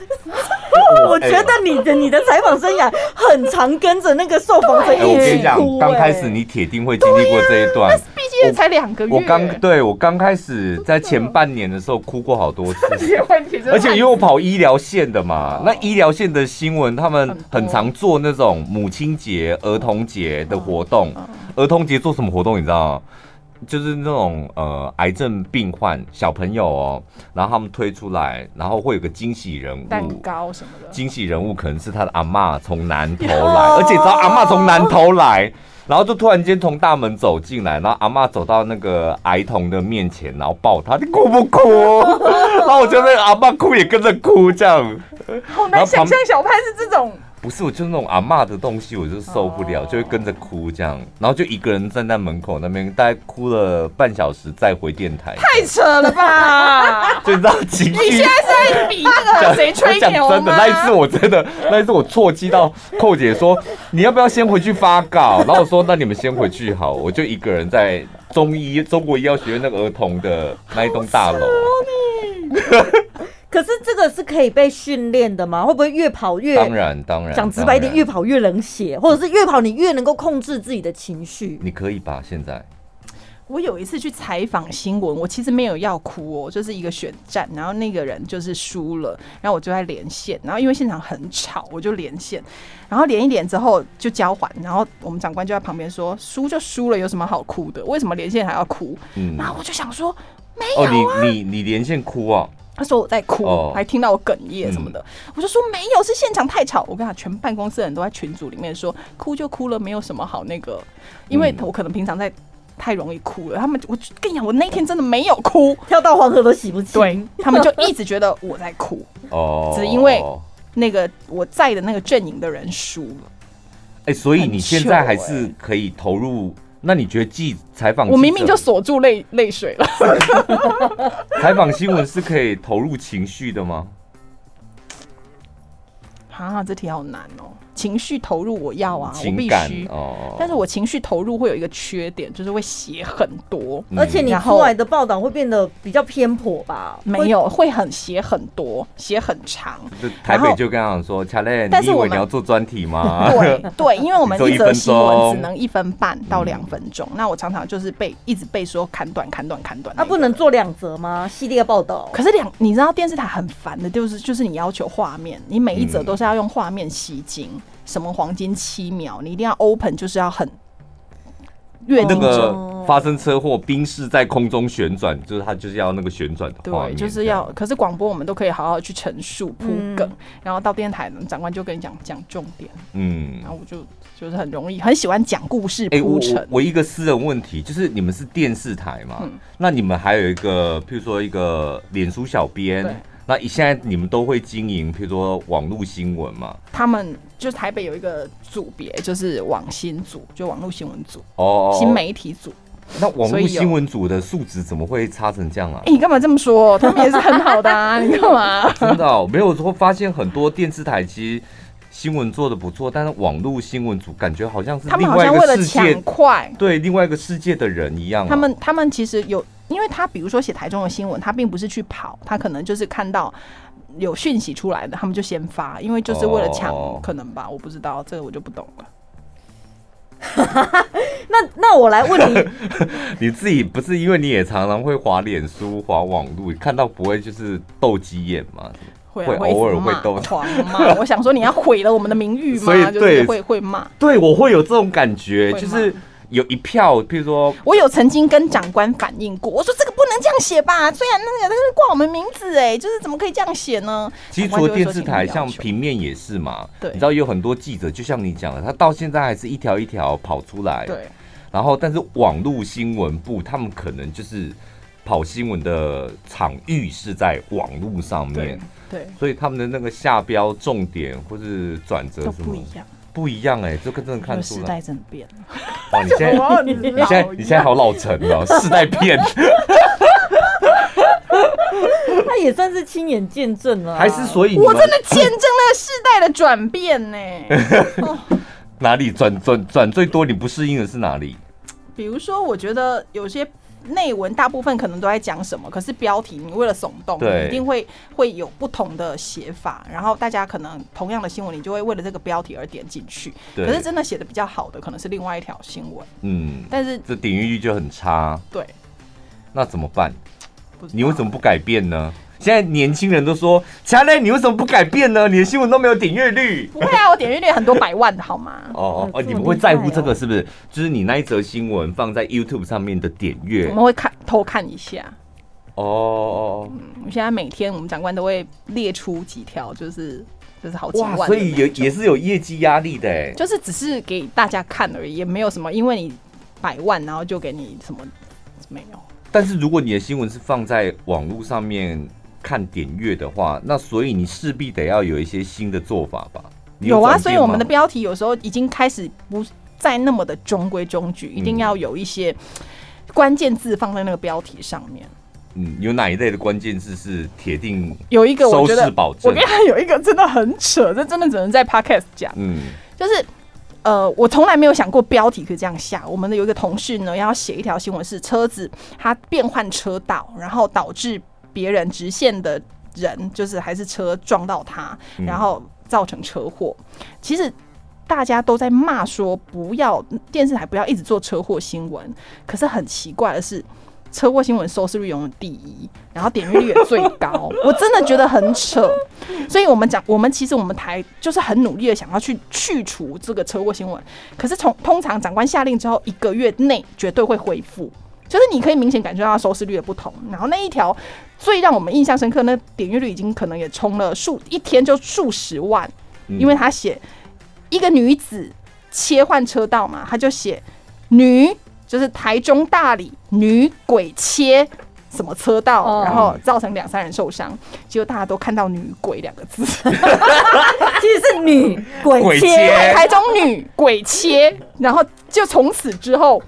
Speaker 1: [LAUGHS]
Speaker 3: 我
Speaker 1: 哎
Speaker 3: 觉得你的你的采访生涯很常跟着那个受访者
Speaker 1: 哎，我跟
Speaker 3: 一
Speaker 1: 你
Speaker 3: 起
Speaker 1: 讲
Speaker 3: 哭、，
Speaker 1: 刚
Speaker 3: 哎
Speaker 1: 开始你铁定会经历过这一段。
Speaker 2: 毕竟也才两个月，
Speaker 1: 我刚对我刚开始在前半年的时候哭过好多次，
Speaker 2: 也问题就是
Speaker 1: 而且因为我跑医疗线的嘛，那医疗线的新闻，他们很常做那种母亲节、儿童节的活动。儿童节做什么活动？你知道吗？就是那种呃，癌症病患小朋友哦，然后他们推出来，然后会有个惊喜人
Speaker 2: 蛋
Speaker 1: 物。
Speaker 2: 糕什么的，
Speaker 1: 惊喜人物可能是他的阿嬷从南头来，
Speaker 2: 哦
Speaker 1: 而且只要阿嬷从南头来，然后就突然间从大门走进来，然后阿嬷走到那个癌童的面前，然后抱他，你哭不哭？
Speaker 2: [LAUGHS]
Speaker 1: 然后我觉得阿嬷哭也跟着哭，这样
Speaker 2: 好
Speaker 1: 然
Speaker 2: 难
Speaker 1: 后旁
Speaker 2: 想象小潘是这种。
Speaker 1: 不是，我就那种阿嬷的东西，我就受不了，
Speaker 2: 哦
Speaker 1: 就会跟着哭这样，然后就一个人站在门口那边，大概哭了半小时，再回电台，
Speaker 2: 太扯了吧！
Speaker 1: 就你知道情
Speaker 2: [LAUGHS] 你
Speaker 1: 绪
Speaker 2: 现。在是在比那个谁吹牛
Speaker 1: 我讲真的，
Speaker 2: 吗？
Speaker 1: 那一次我真的， [LAUGHS] 那一次我错气到寇姐说：“你要不要先回去发稿？”然后我说：“那你们先回去好。”我就一个人在中医中国医药学院那个儿童的那一栋大楼，
Speaker 3: 可是这个是可以被训练的吗？会不会越跑越
Speaker 1: 啊当然当然，
Speaker 3: 讲直白一
Speaker 1: 当
Speaker 3: 点，
Speaker 1: 然
Speaker 3: 越跑越冷血，或者是越跑你越能够控制自己的情绪？
Speaker 1: 你可以吧？现在
Speaker 2: 我有一次去采访新闻，我其实没有要哭哦，就是一个选战，然后那个人就是输了，然后我就在连线，然后因为现场很吵，我就连线，然后连一连之后就交换，然后我们长官就在旁边说：“输就输了，有什么好哭的？为什么连线还要哭？”
Speaker 1: 嗯
Speaker 2: 然后我就想说。没有啊
Speaker 1: 哦，你你你连线哭啊？
Speaker 2: 他说我在哭，
Speaker 1: 哦嗯
Speaker 2: 还听到我哽咽什么的，我就说没有，是现场太吵。我跟他全办公室的人都在群组里面说，哭就哭了，没有什么好那个，因为
Speaker 1: 嗯
Speaker 2: 我可能平常在太容易哭了。他们我跟你讲，我那天真的没有哭，
Speaker 3: 跳到黄河都洗不清。
Speaker 2: 对，他们就一直觉得我在哭，
Speaker 1: 哦，
Speaker 2: 只因为那个我在的那个阵营的人输了。
Speaker 1: 哎，所以你现在还
Speaker 2: 很糗欸
Speaker 1: 是可以投入。那你觉得记采访记者？
Speaker 2: 我明明就锁住泪泪水了，
Speaker 1: 采访新闻是可以投入情绪的吗？
Speaker 2: 啊，这题好难哦。情绪投入我要啊，我
Speaker 1: 情
Speaker 2: 必
Speaker 1: 感
Speaker 2: 须，
Speaker 1: 哦，
Speaker 2: 但是我情绪投入会有一个缺点，就是会写很多。
Speaker 1: 嗯
Speaker 3: 而且你
Speaker 2: 然后
Speaker 3: 出来的报道会变得比较偏颇吧？
Speaker 2: 没有，会很写很多，写很
Speaker 1: [LAUGHS]
Speaker 2: 长。
Speaker 1: 就台北就跟他讲说，乔磊，
Speaker 2: 但
Speaker 1: 你
Speaker 2: 是
Speaker 1: 以
Speaker 2: 我
Speaker 1: 为
Speaker 2: 们
Speaker 1: 你要做专题吗？
Speaker 2: [LAUGHS] 对对，因为我们
Speaker 1: 你做
Speaker 2: 一
Speaker 1: 一
Speaker 2: 则
Speaker 1: 分
Speaker 2: 新闻
Speaker 1: 钟
Speaker 2: 只能一分半到两分钟，那我常常就是被一直被说砍短、砍短、砍短。
Speaker 3: 啊，不能。做两则吗？系列报道，
Speaker 2: 可是两，你知道电视台很烦的，就是就是你要求画面，你每一则
Speaker 1: 嗯
Speaker 2: 都是要用画面吸睛，什么黄金七秒，你一定要 open，就是要很越
Speaker 1: 那
Speaker 2: 盯着。
Speaker 1: 个发生车祸，冰室在空中旋转，就是他就是要那个旋转的画
Speaker 2: 对，
Speaker 1: 面，
Speaker 2: 就是要。可是广播我们都可以好好去陈述铺梗，
Speaker 1: 嗯
Speaker 2: 然后到电台呢，长官就跟你讲讲重点，
Speaker 1: 这样嗯
Speaker 2: 然。后我就就是很容易，很喜欢讲故事
Speaker 1: 哎、我
Speaker 2: 铺陈。
Speaker 1: 我我一个私人问题，就是你们是电视台嘛？
Speaker 2: 嗯
Speaker 1: 那你们还有一个，譬如说一个脸书小
Speaker 2: 对
Speaker 1: 编，那现在你们都会经营，譬如说网络新闻嘛？
Speaker 2: 他们就是台北有一个组别，就是网新组，就网络新闻组、
Speaker 1: 哦，
Speaker 2: 新。媒体组。
Speaker 1: 那网
Speaker 2: 所以
Speaker 1: 络
Speaker 2: 有
Speaker 1: 新闻组的素质怎么会差成这样啊
Speaker 2: 哎、？你干嘛这么说？他们也是很好
Speaker 1: [LAUGHS]
Speaker 2: 的啊，你干嘛？
Speaker 1: 真的、哦、没有说发现很多电视台其实新闻做的不错，但是网络新闻组感觉好像是
Speaker 2: 他们
Speaker 1: 另
Speaker 2: 好
Speaker 1: 外一
Speaker 2: 像为
Speaker 1: 个
Speaker 2: 了
Speaker 1: 世
Speaker 2: 抢
Speaker 1: 界，
Speaker 2: 快，
Speaker 1: 对另外一个世界的人一样啊、
Speaker 2: 他们他们其实有，因为他比如说写台中的新闻，他并不是去跑，他可能就是看到。有讯息出来的，他们就先发，因为就是为了抢，
Speaker 1: 哦
Speaker 2: 可能吧，我不知道，这个我就不懂了。
Speaker 3: 那那我来问
Speaker 1: [LAUGHS]
Speaker 3: 你，
Speaker 1: 你自己不是因为你也常常会滑脸书、滑网络，看到不会就是斗鸡眼嘛？
Speaker 2: 会、啊、
Speaker 1: 会
Speaker 2: 一直
Speaker 1: 偶尔会
Speaker 2: 骂
Speaker 1: 斗
Speaker 2: 狂骂。我想说，你要毁了我们的名誉吗
Speaker 1: 所以？
Speaker 2: 就是
Speaker 1: 对
Speaker 2: 会会骂。
Speaker 1: 对，我会有这种感觉，
Speaker 2: 会吗
Speaker 1: 就是有一票，譬如说
Speaker 2: 我有曾经跟长官反映过，我说这个不能这样写吧，虽然那个但是挂我们名字哎，就是怎么可以这样写呢？
Speaker 1: 其实
Speaker 2: 长
Speaker 1: 除了
Speaker 2: 官就会
Speaker 1: 电
Speaker 2: 说
Speaker 1: 视
Speaker 2: 请
Speaker 1: 台，
Speaker 2: 你要
Speaker 1: 像
Speaker 2: 求
Speaker 1: 平面也是嘛。
Speaker 2: 对
Speaker 1: 你知道有很多记者，就像你讲的，他到现在还是一条一条跑出来。
Speaker 2: 对，
Speaker 1: 然后，但是网络新闻部他们可能就是跑新闻的场域是在网络上
Speaker 2: 对
Speaker 1: 面，
Speaker 2: 对
Speaker 1: 所以他们的那个下标重点或是转折
Speaker 2: 都
Speaker 1: 什
Speaker 2: 不
Speaker 1: 么
Speaker 2: 一样。
Speaker 1: 不一样哎、这个真的看出
Speaker 2: 时
Speaker 1: 来。
Speaker 2: 代真的变了，
Speaker 1: 哇，你现
Speaker 2: [LAUGHS]
Speaker 1: 在
Speaker 2: 哇你
Speaker 1: 你现在
Speaker 2: 老
Speaker 1: 你现在好老成
Speaker 2: [LAUGHS]
Speaker 1: 哦，世代变，
Speaker 3: 他也算是亲眼见证了啊、
Speaker 1: 还是所以你
Speaker 2: 我
Speaker 1: 们
Speaker 2: 真的见证了世代的转变欸呢、
Speaker 1: [LAUGHS] 哪里转转转最多？你不适应的是哪里？
Speaker 2: 比如说，我觉得有些内文大部分可能都在讲什么，可是标题你为了耸动，
Speaker 1: 对
Speaker 2: 你一定会会有不同的写法，然后大家可能同样的新闻，你就会为了这个标题而点进去。
Speaker 1: 对
Speaker 2: 可是真的写的比较好的，可能是另外一条新闻，
Speaker 1: 嗯，
Speaker 2: 但是
Speaker 1: 这点阅率就很差，
Speaker 2: 对，
Speaker 1: 那怎么办？
Speaker 2: 不知道
Speaker 1: 你为什么不改变呢？现在年轻人都说，强磊，你为什么不改变呢？你的新闻都没有点阅率。
Speaker 2: 不会啊？我点阅率很多百万的好吗？
Speaker 1: 哦哦
Speaker 3: 哦
Speaker 1: 哦，
Speaker 3: 这
Speaker 1: 你
Speaker 3: 么
Speaker 1: 们会
Speaker 3: 厉害
Speaker 1: 在乎这
Speaker 3: 哦
Speaker 1: 个是不是？就是你那一则新闻放在 YouTube 上面的点阅
Speaker 2: 我。们会看偷看一下。
Speaker 1: 哦哦
Speaker 2: 我们现在每天我们长官都会列出几条，就是就是好
Speaker 1: 哦，
Speaker 2: 几万
Speaker 1: 哇，
Speaker 2: 的
Speaker 1: 所以也
Speaker 2: 那种
Speaker 1: 也是有业绩压力的哎。
Speaker 2: 就是只是给大家看而已，也没有什么，因为你百万，然后就给你什么没有。
Speaker 1: 但是如果你的新闻是放在网络上面看点阅的话，那所以你势必得要有一些新的做法吧？你
Speaker 2: 有啊，
Speaker 1: 转
Speaker 2: 所
Speaker 1: 变
Speaker 2: 以我们的
Speaker 1: 吗
Speaker 2: 标题有时候已经开始不再那么的中规中矩，一定
Speaker 1: 嗯
Speaker 2: 要有一些关键字放在那个标题上面。
Speaker 1: 嗯，有哪一类的关键字是铁定
Speaker 2: 有一个我
Speaker 1: 收
Speaker 2: 觉
Speaker 1: 视
Speaker 2: 得，
Speaker 1: 保
Speaker 2: 我
Speaker 1: 证
Speaker 2: 跟你？讲，有一个真的很扯，这真的只能在 podcast 讲，
Speaker 1: 嗯，
Speaker 2: 就是。呃，我从来没有想过标题可以这样下。我们的有一个同事呢，要写一条新闻是车子它变换车道，然后导致别人直线的人就是还是车撞到他，
Speaker 1: 嗯
Speaker 2: 然后造成车祸。其实大家都在骂说不要电视台不要一直做车祸新闻，可是很奇怪的是。车祸新闻收视率永远第一，然后点阅率也最高，我真的觉得很扯。所以我们讲，我们其实我们台就是很努力的想要去去除这个车祸新闻，可是从通常长官下令之后一个月内绝对会恢复，就是你可以明显感觉到它收视率的不同。然后那一条最让我们印象深刻，那点阅率已经可能也冲了数一天就数十万，
Speaker 1: 嗯
Speaker 2: 因为他写一个女子切换车道嘛，他就写女就是台中大理女鬼切。什么车道，
Speaker 3: 哦
Speaker 2: 然后造成两三人受伤，结果大家都看到“女鬼”两个 [LAUGHS] 字，
Speaker 3: 其实是女鬼
Speaker 1: 鬼
Speaker 3: 切
Speaker 1: 切，
Speaker 2: 台中女鬼切，然后就从此之后，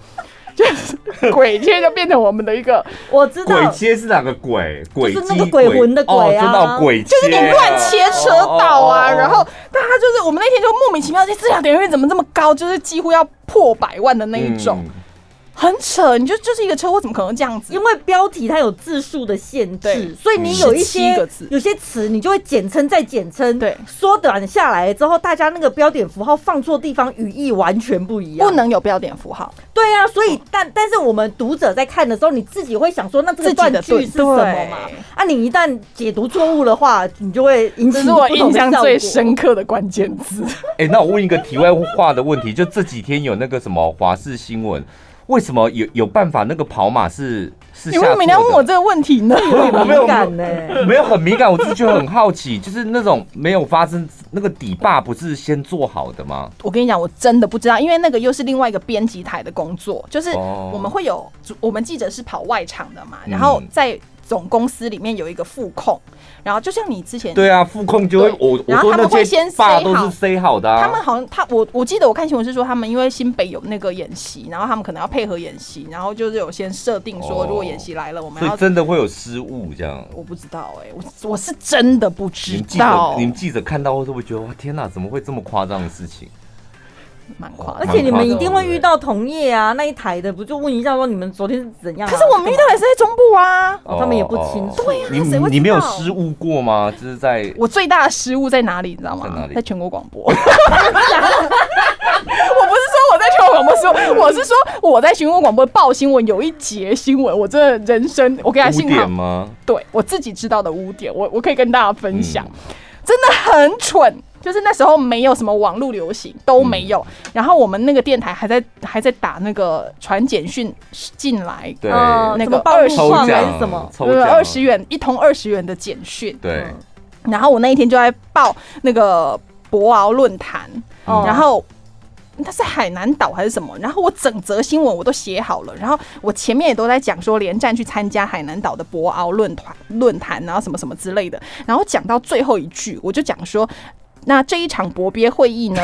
Speaker 2: 就是 [LAUGHS] 鬼切就变成我们的一个，
Speaker 3: 我知
Speaker 1: 鬼
Speaker 3: 道，
Speaker 1: 街是哪个鬼？鬼
Speaker 3: 就是
Speaker 1: 街
Speaker 3: 那个鬼魂的鬼
Speaker 1: 哦，
Speaker 3: 啊
Speaker 1: 知道鬼街、
Speaker 2: 就是你乱切车道
Speaker 1: 哦哦
Speaker 2: 啊，
Speaker 1: 哦哦
Speaker 2: 然后大家就是我们那天就莫名其妙，这这两点阅怎么这么高，就是几乎要破百万的那一种，
Speaker 1: 嗯
Speaker 2: 很扯。你就就是一个车祸，怎么可能这样子
Speaker 3: 因？为标题它有字数的限制
Speaker 2: 对，
Speaker 3: 所以你有一些
Speaker 2: 17个字
Speaker 3: 有些词你就会简称再简称，
Speaker 2: 对
Speaker 3: 缩短下来之后，大家那个标点符号放错地方，语义完全不一样。
Speaker 2: 不能有标点符号，
Speaker 3: 对啊，所以但但是我们读者在看的时候，你自己会想说，那
Speaker 2: 自
Speaker 3: 这个
Speaker 2: 己
Speaker 3: 断
Speaker 2: 的
Speaker 3: 句
Speaker 2: 对
Speaker 3: 是什么嘛
Speaker 2: 对？
Speaker 3: 啊，你一旦解读错误的话，你就会引起
Speaker 2: [LAUGHS] 这是我
Speaker 3: 不同
Speaker 2: 印
Speaker 3: 的
Speaker 2: 象
Speaker 3: 效
Speaker 2: 最
Speaker 3: 果。
Speaker 2: 深刻的关键字。
Speaker 1: 哎、那我问一个题外话的问题，就这几天有那个什么华视新闻，为什么有有办法那个跑马是 [LAUGHS] 是
Speaker 2: 你
Speaker 1: 下
Speaker 2: 为什么
Speaker 1: 错
Speaker 2: 一定要问我
Speaker 1: 的？
Speaker 2: 这个问题呢？
Speaker 1: 我没
Speaker 3: 敏
Speaker 1: 有
Speaker 3: 感呢、
Speaker 1: 没有很敏感，我只是觉得很好奇， [LAUGHS] 就是那种没有发生那个底坝不是先做好的吗？
Speaker 2: [LAUGHS] 我跟你讲，我真的不知道，因为那个又是另外一个编辑台的工作，就是
Speaker 1: 哦
Speaker 2: 我们会有，我们记者是跑外场的嘛，
Speaker 1: 嗯
Speaker 2: 然后在总公司里面有一个副控，然后就像你之前，
Speaker 1: 对啊，副控就会
Speaker 2: 对
Speaker 1: 我我
Speaker 2: 然后
Speaker 1: 说
Speaker 2: 他们
Speaker 1: 那
Speaker 2: 会先
Speaker 1: 些
Speaker 2: 塞
Speaker 1: 坝都
Speaker 2: 好
Speaker 1: 是塞好的、啊，
Speaker 2: 他们好像他我我记得我看新闻是说他们因为新北有那个演习，然后他们可能要配合演习，然后就是有先设定说
Speaker 1: 哦
Speaker 2: 如果演习来了，我们
Speaker 1: 所
Speaker 2: 要
Speaker 1: 以真的会有失误这样。
Speaker 2: 我不知道哎、我我是真的不
Speaker 1: 你
Speaker 2: 知
Speaker 1: 们记者
Speaker 2: 道，
Speaker 1: 你们记者看到会不会觉得哇天哪，怎么会这么夸张的事情？
Speaker 2: 蛮夸
Speaker 1: 哦
Speaker 2: 张
Speaker 3: 而
Speaker 1: 蛮
Speaker 2: 的。
Speaker 3: 且你
Speaker 1: 夸张
Speaker 3: 们
Speaker 1: 的
Speaker 3: 一定会遇到同业啊，那一台的不就问一下说你们昨天是怎样啊、
Speaker 2: 可是我们遇到也是在中部啊，
Speaker 3: 哦他们也不清楚对
Speaker 2: 啊
Speaker 1: 你
Speaker 2: 谁会知道
Speaker 1: 你没有失误过吗？就是在
Speaker 2: 我最大的失误在哪里？你知道吗？
Speaker 1: 在哪里
Speaker 2: 全国广播。
Speaker 1: [LAUGHS]
Speaker 2: 我不是说我在全国广
Speaker 1: [LAUGHS]
Speaker 2: 播失误，我是说我在全国广播报新闻有一节新闻，我真的人生，我给他
Speaker 1: 污
Speaker 2: 啊幸好
Speaker 1: 点吗？
Speaker 2: 对我自己知道的污点，我我可以跟大家分享，
Speaker 1: 嗯
Speaker 2: 真的很蠢。就是那时候没有什么网络流行，都没有。
Speaker 1: 嗯
Speaker 2: 然后我们那个电台还在还在打那个传简讯进来，
Speaker 1: 对，
Speaker 3: 哦
Speaker 2: 那
Speaker 3: 什
Speaker 2: 个
Speaker 3: 么报
Speaker 2: 二
Speaker 3: 幕
Speaker 2: 十
Speaker 1: 抽
Speaker 3: 放还
Speaker 1: 奖
Speaker 3: 是什么？
Speaker 1: 抽奖
Speaker 2: 啊二十元一通二十元的简讯，
Speaker 1: 对
Speaker 3: 嗯，
Speaker 2: 然后我那一天就在报那个博鳌论坛，
Speaker 1: 哦
Speaker 2: 然后。它是海南岛还是什么？然后我整则新闻我都写好了，然后我前面也都在讲说连战去参加海南岛的啊博鳌论坛论坛，然后什么什么之类的。然后讲到最后一句，我就讲说，那这一场博鳖会议呢？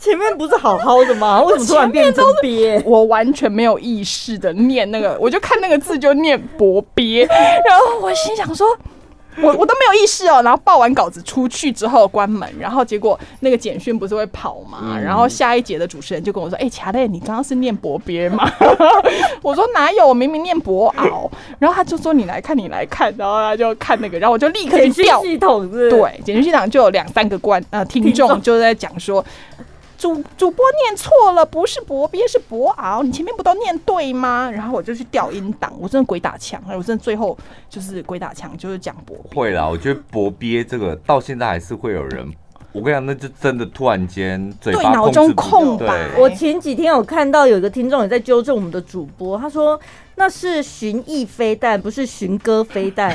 Speaker 3: 前面不是好好的 [LAUGHS] 吗？为什么突然变成憋？
Speaker 2: 我完全没有意识的念那个，我就看那个字就念博鳖，然后我心想说。我我都没有意识哦，然后报完稿子出去之后关门，然后结果那个简讯不是会跑嘛，
Speaker 1: 嗯
Speaker 2: 然后下一节的主持人就跟我说：“哎、卡勒，你刚刚是念博鳖吗？” [LAUGHS] 我说：“哪有，我明明念博鳌。”然后他就说：“你来看，你来看。”然后他就看那个，然后我就立刻
Speaker 3: 简
Speaker 2: 去
Speaker 3: 讯
Speaker 2: 调
Speaker 3: 系统是不是，
Speaker 2: 对，简讯现场就有两三个观呃听
Speaker 3: 听
Speaker 2: 众
Speaker 3: 众
Speaker 2: 就在讲说，主主播念错了，不是博鳖是博鳌，你前面不都念对吗？然后我就去调音档，我真的鬼打墙，哎我真的最后就是鬼打墙，就是讲博鳖。
Speaker 1: 会啦，我觉得博鳖这个到现在还是会有人，我跟你讲，那就真的突然间嘴
Speaker 2: 对
Speaker 1: 巴
Speaker 2: 脑
Speaker 1: 控
Speaker 2: 中
Speaker 1: 制不住
Speaker 2: 空
Speaker 1: 对
Speaker 2: 白
Speaker 3: 我前几天有看到有一个听众也在纠正我们的主播，他说那是寻弋飞弹，不是寻歌飞 [LAUGHS] 弹。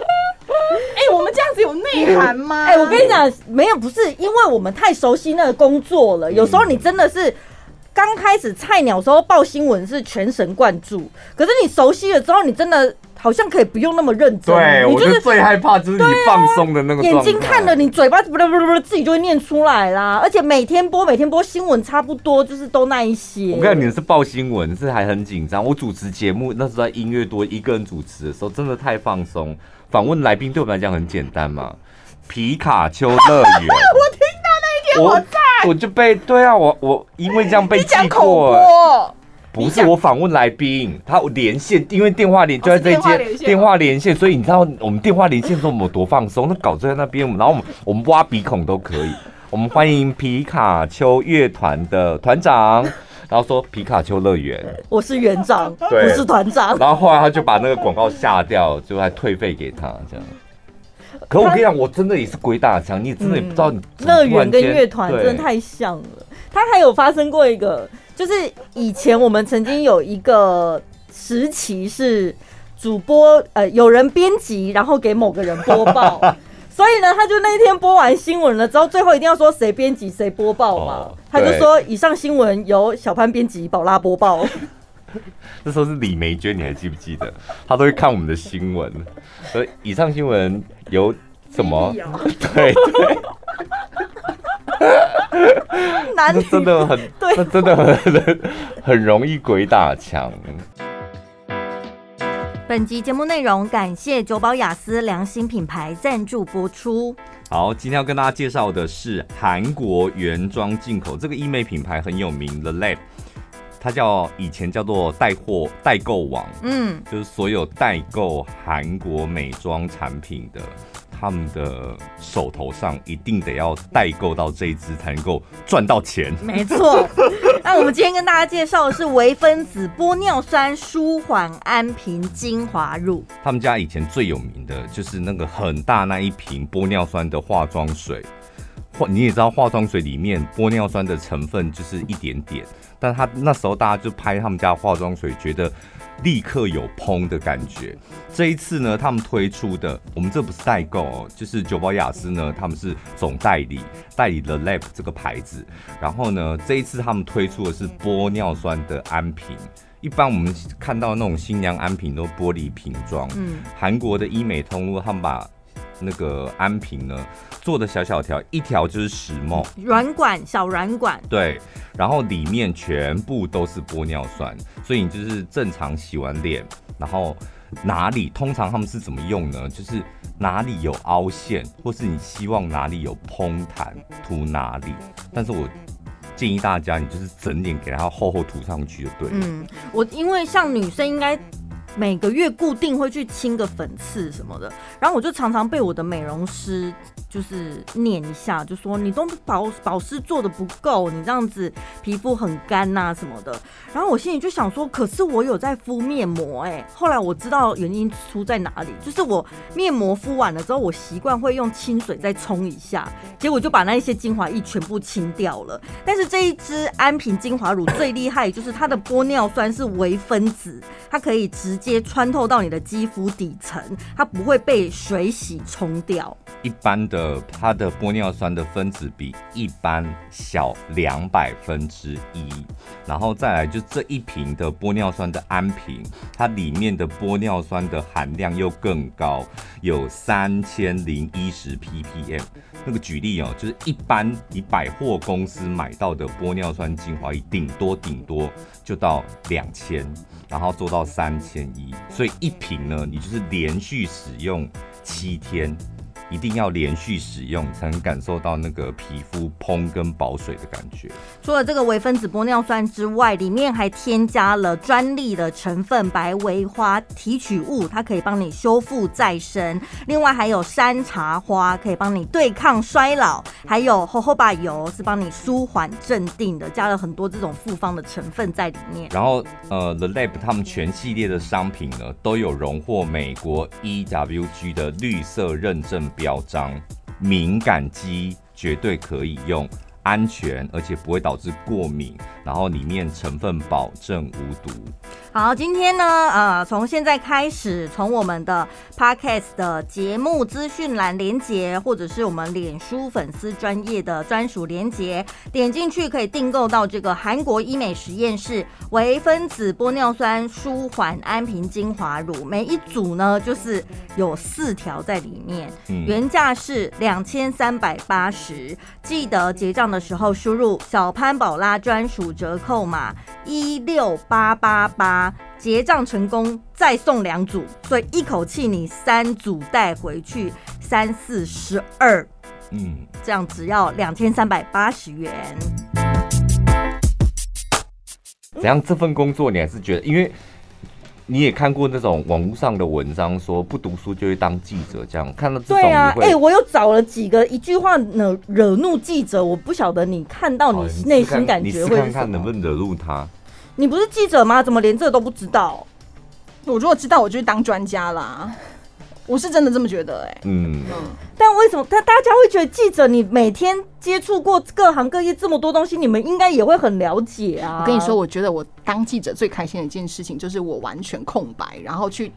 Speaker 2: 哎、我们这样子有内涵吗？
Speaker 3: 哎、我跟你讲，没有，不是因为我们太熟悉那个工作了，有时候你真的是。刚开始菜鸟时候报新闻是全神贯注，可是你熟悉了之后，你真的好像可以不用那么认真，
Speaker 1: 对，
Speaker 3: 你
Speaker 1: 我
Speaker 3: 就
Speaker 1: 就是最害怕就是你
Speaker 2: 啊
Speaker 1: 放松的那个
Speaker 3: 眼
Speaker 1: 状态
Speaker 3: 睛看了，你嘴巴不不不不自己就会念出来啦。而且每天播每天播新闻差不多就是都那一些。
Speaker 1: 我跟你讲，你是报新闻，是还很紧张。我主持节目那时候在音乐多一个人主持的时候，真的太放松。访问来宾对我们来讲很简单嘛，皮卡丘乐园。 [LAUGHS] 我听到那一天我在，我就被对啊，我我因为这样被
Speaker 2: 你讲哦
Speaker 1: 记
Speaker 2: 口
Speaker 1: 过、哎
Speaker 2: 播，
Speaker 1: 不是我访问来宾，他连线，因为电话连就在这一
Speaker 2: 哦是电话
Speaker 1: 间
Speaker 2: 连线
Speaker 1: 电话连线，所以你知道我们电话连线的时候我们有多放松，那稿就在那边，然后我们我们挖鼻孔都可以。我们欢迎皮卡丘乐团的团长， [LAUGHS] 然后说皮卡丘乐园，
Speaker 3: 我是园
Speaker 1: [LAUGHS]
Speaker 3: 长，
Speaker 1: 对
Speaker 3: 我是团长。
Speaker 1: 然后后来他就把那个广告下掉，就还退费给他这样。
Speaker 3: 呃
Speaker 1: 可我跟你讲，我真的也是鬼打墙，你真的也不知道你怎么
Speaker 3: 乐
Speaker 1: 突然
Speaker 3: 园跟
Speaker 1: 间
Speaker 3: 嗯乐团
Speaker 1: 对
Speaker 3: 真的太像了。它还有发生过一个，就是以前我们曾经有一个时期是主播，呃，有人编辑，然后给某个人播报。
Speaker 1: [LAUGHS]
Speaker 3: 所以呢，他就那一天播完新闻了之后，最后一定要说谁编辑谁播报嘛。
Speaker 1: 哦
Speaker 3: 他就
Speaker 1: 对
Speaker 3: 说以上新闻由小潘编辑宝拉
Speaker 1: [LAUGHS]
Speaker 3: 播报。
Speaker 1: 那时候是李梅娟，你还记不记得？她都会看我们的新闻。呃，以上新闻由什么？ [LAUGHS] 对，那
Speaker 3: 男女
Speaker 1: 真的很，
Speaker 3: 对
Speaker 1: 那真的很很容易鬼打墙。
Speaker 3: 本集节目内容感谢九保雅思良心品牌赞助播出。
Speaker 1: 好，今天要跟大家介绍的是韩国原装进口这个医美品牌很有名，The Lab，它叫以前叫做带货代购网，
Speaker 3: 嗯，
Speaker 1: 就是所有代购韩国美妆产品的，他们的手头上一定得要代购到这一支才能够赚到钱。
Speaker 3: 没错。 [LAUGHS] 那我们今天跟大家介绍的是微分子玻尿酸舒缓安瓶精华乳。
Speaker 1: 他们家以前最有名的就是那个很大那一瓶玻尿酸的化妆水。化你也知道，化妆水里面玻尿酸的成分就是一点点，但他那时候大家就拍他们家化妆水，觉得立刻有砰的感觉。这一次呢，他们推出的，我们这不是代购、哦，就是九宝雅思呢，他们是总代理，代理了 Lab 这个牌子。然后呢，这一次他们推出的是玻尿酸的安瓶。一般我们看到那种新娘安瓶都是玻璃瓶装，
Speaker 3: 嗯，
Speaker 1: 韩国的医美通路，他们把那个安瓶呢做的小小条，一条就是十毛，
Speaker 3: 软管小软管，
Speaker 1: 对，然后里面全部都是玻尿酸，所以你就是正常洗完脸，然后哪里通常他们是怎么用呢？就是哪里有凹陷，或是你希望哪里有嘭弹，涂哪里。但是我建议大家，你就是整脸给它厚厚涂上去就对了。
Speaker 3: 嗯，我因为像女生应该。每个月固定会去清个粉刺什么的，然后我就常常被我的美容师就是念一下，就说你都保保湿做的不够，你这样子皮肤很干呐、什么的。然后我心里就想说，可是我有在敷面膜哎、后来我知道原因出在哪里，就是我面膜敷完了之后，我习惯会用清水再冲一下，结果就把那一些精华液全部清掉了。但是这一支安瓶精华乳最厉害，就是它的玻尿酸是微分子，它可以直接穿透到你的肌肤底层，它不会被水洗冲掉。
Speaker 1: 一般的它的玻尿酸的分子比一般小两百分之一，然后再来就这一瓶的玻尿酸的安瓶，它里面的玻尿酸的含量又更高，有三千零一十 ppm。那个举例哦，就是一般你百货公司买到的玻尿酸精华液，顶多顶多就到两千，然后做到三千一，所以一瓶呢，你就是连续使用七天。一定要连续使用，你才能感受到那个皮肤嘭跟保水的感觉。
Speaker 3: 除了这个微分子玻尿酸之外，里面还添加了专利的成分白维花提取物，它可以帮你修复再生。另外还有山茶花，可以帮你对抗衰老，还有荷荷巴油是帮你舒缓镇定的，加了很多这种复方的成分在里面。
Speaker 1: 然后，呃，The Lab 他们全系列的商品呢，都有荣获美国 EWG 的绿色认证标章，敏感肌绝对可以用，安全而且不会导致过敏，然后里面成分保证无毒。
Speaker 3: 好，今天呢，呃，从现在开始，从我们的 podcast 的节目资讯栏连接，或者是我们脸书粉丝专业的专属连接，点进去可以订购到这个韩国医美实验室微分子玻尿酸舒缓安瓶精华乳，每一组呢就是有四条在里面，
Speaker 1: 嗯
Speaker 3: 原价是两千三百八十，记得结账的时候输入小潘宝拉专属折扣码一六八八八，结账成功再送两组，所以一口气你三组带回去，三四十二，
Speaker 1: 嗯，
Speaker 3: 这样只要两千三百八十元。
Speaker 1: 怎样？这份工作你还是觉得，因为你也看过那种网络上的文章说，不读书就会当记者，这样看到这种
Speaker 3: 对
Speaker 1: 你
Speaker 3: 啊，
Speaker 1: 会
Speaker 3: 哎、我又找了几个一句话惹惹怒记者，我不晓得你看到
Speaker 1: 哦
Speaker 3: 你
Speaker 1: 试
Speaker 3: 内
Speaker 1: 看
Speaker 3: 心感
Speaker 1: 你
Speaker 3: 觉
Speaker 1: 试
Speaker 3: 会
Speaker 1: 看
Speaker 3: 是什
Speaker 1: 看能不
Speaker 3: 么。
Speaker 1: 能惹怒他。
Speaker 3: 你不是记者吗？怎么连这都不知道？
Speaker 2: 我如果知道，我就去当专家啦。我是真的这么觉得、哎，
Speaker 1: 嗯，
Speaker 3: 但为什么他大家会觉得记者你每天接触过各行各业这么多东西，你们应该也会很了解啊？
Speaker 2: 我跟你说，，我觉得我当记者最开心的一件事情，就是我完全空白，然后去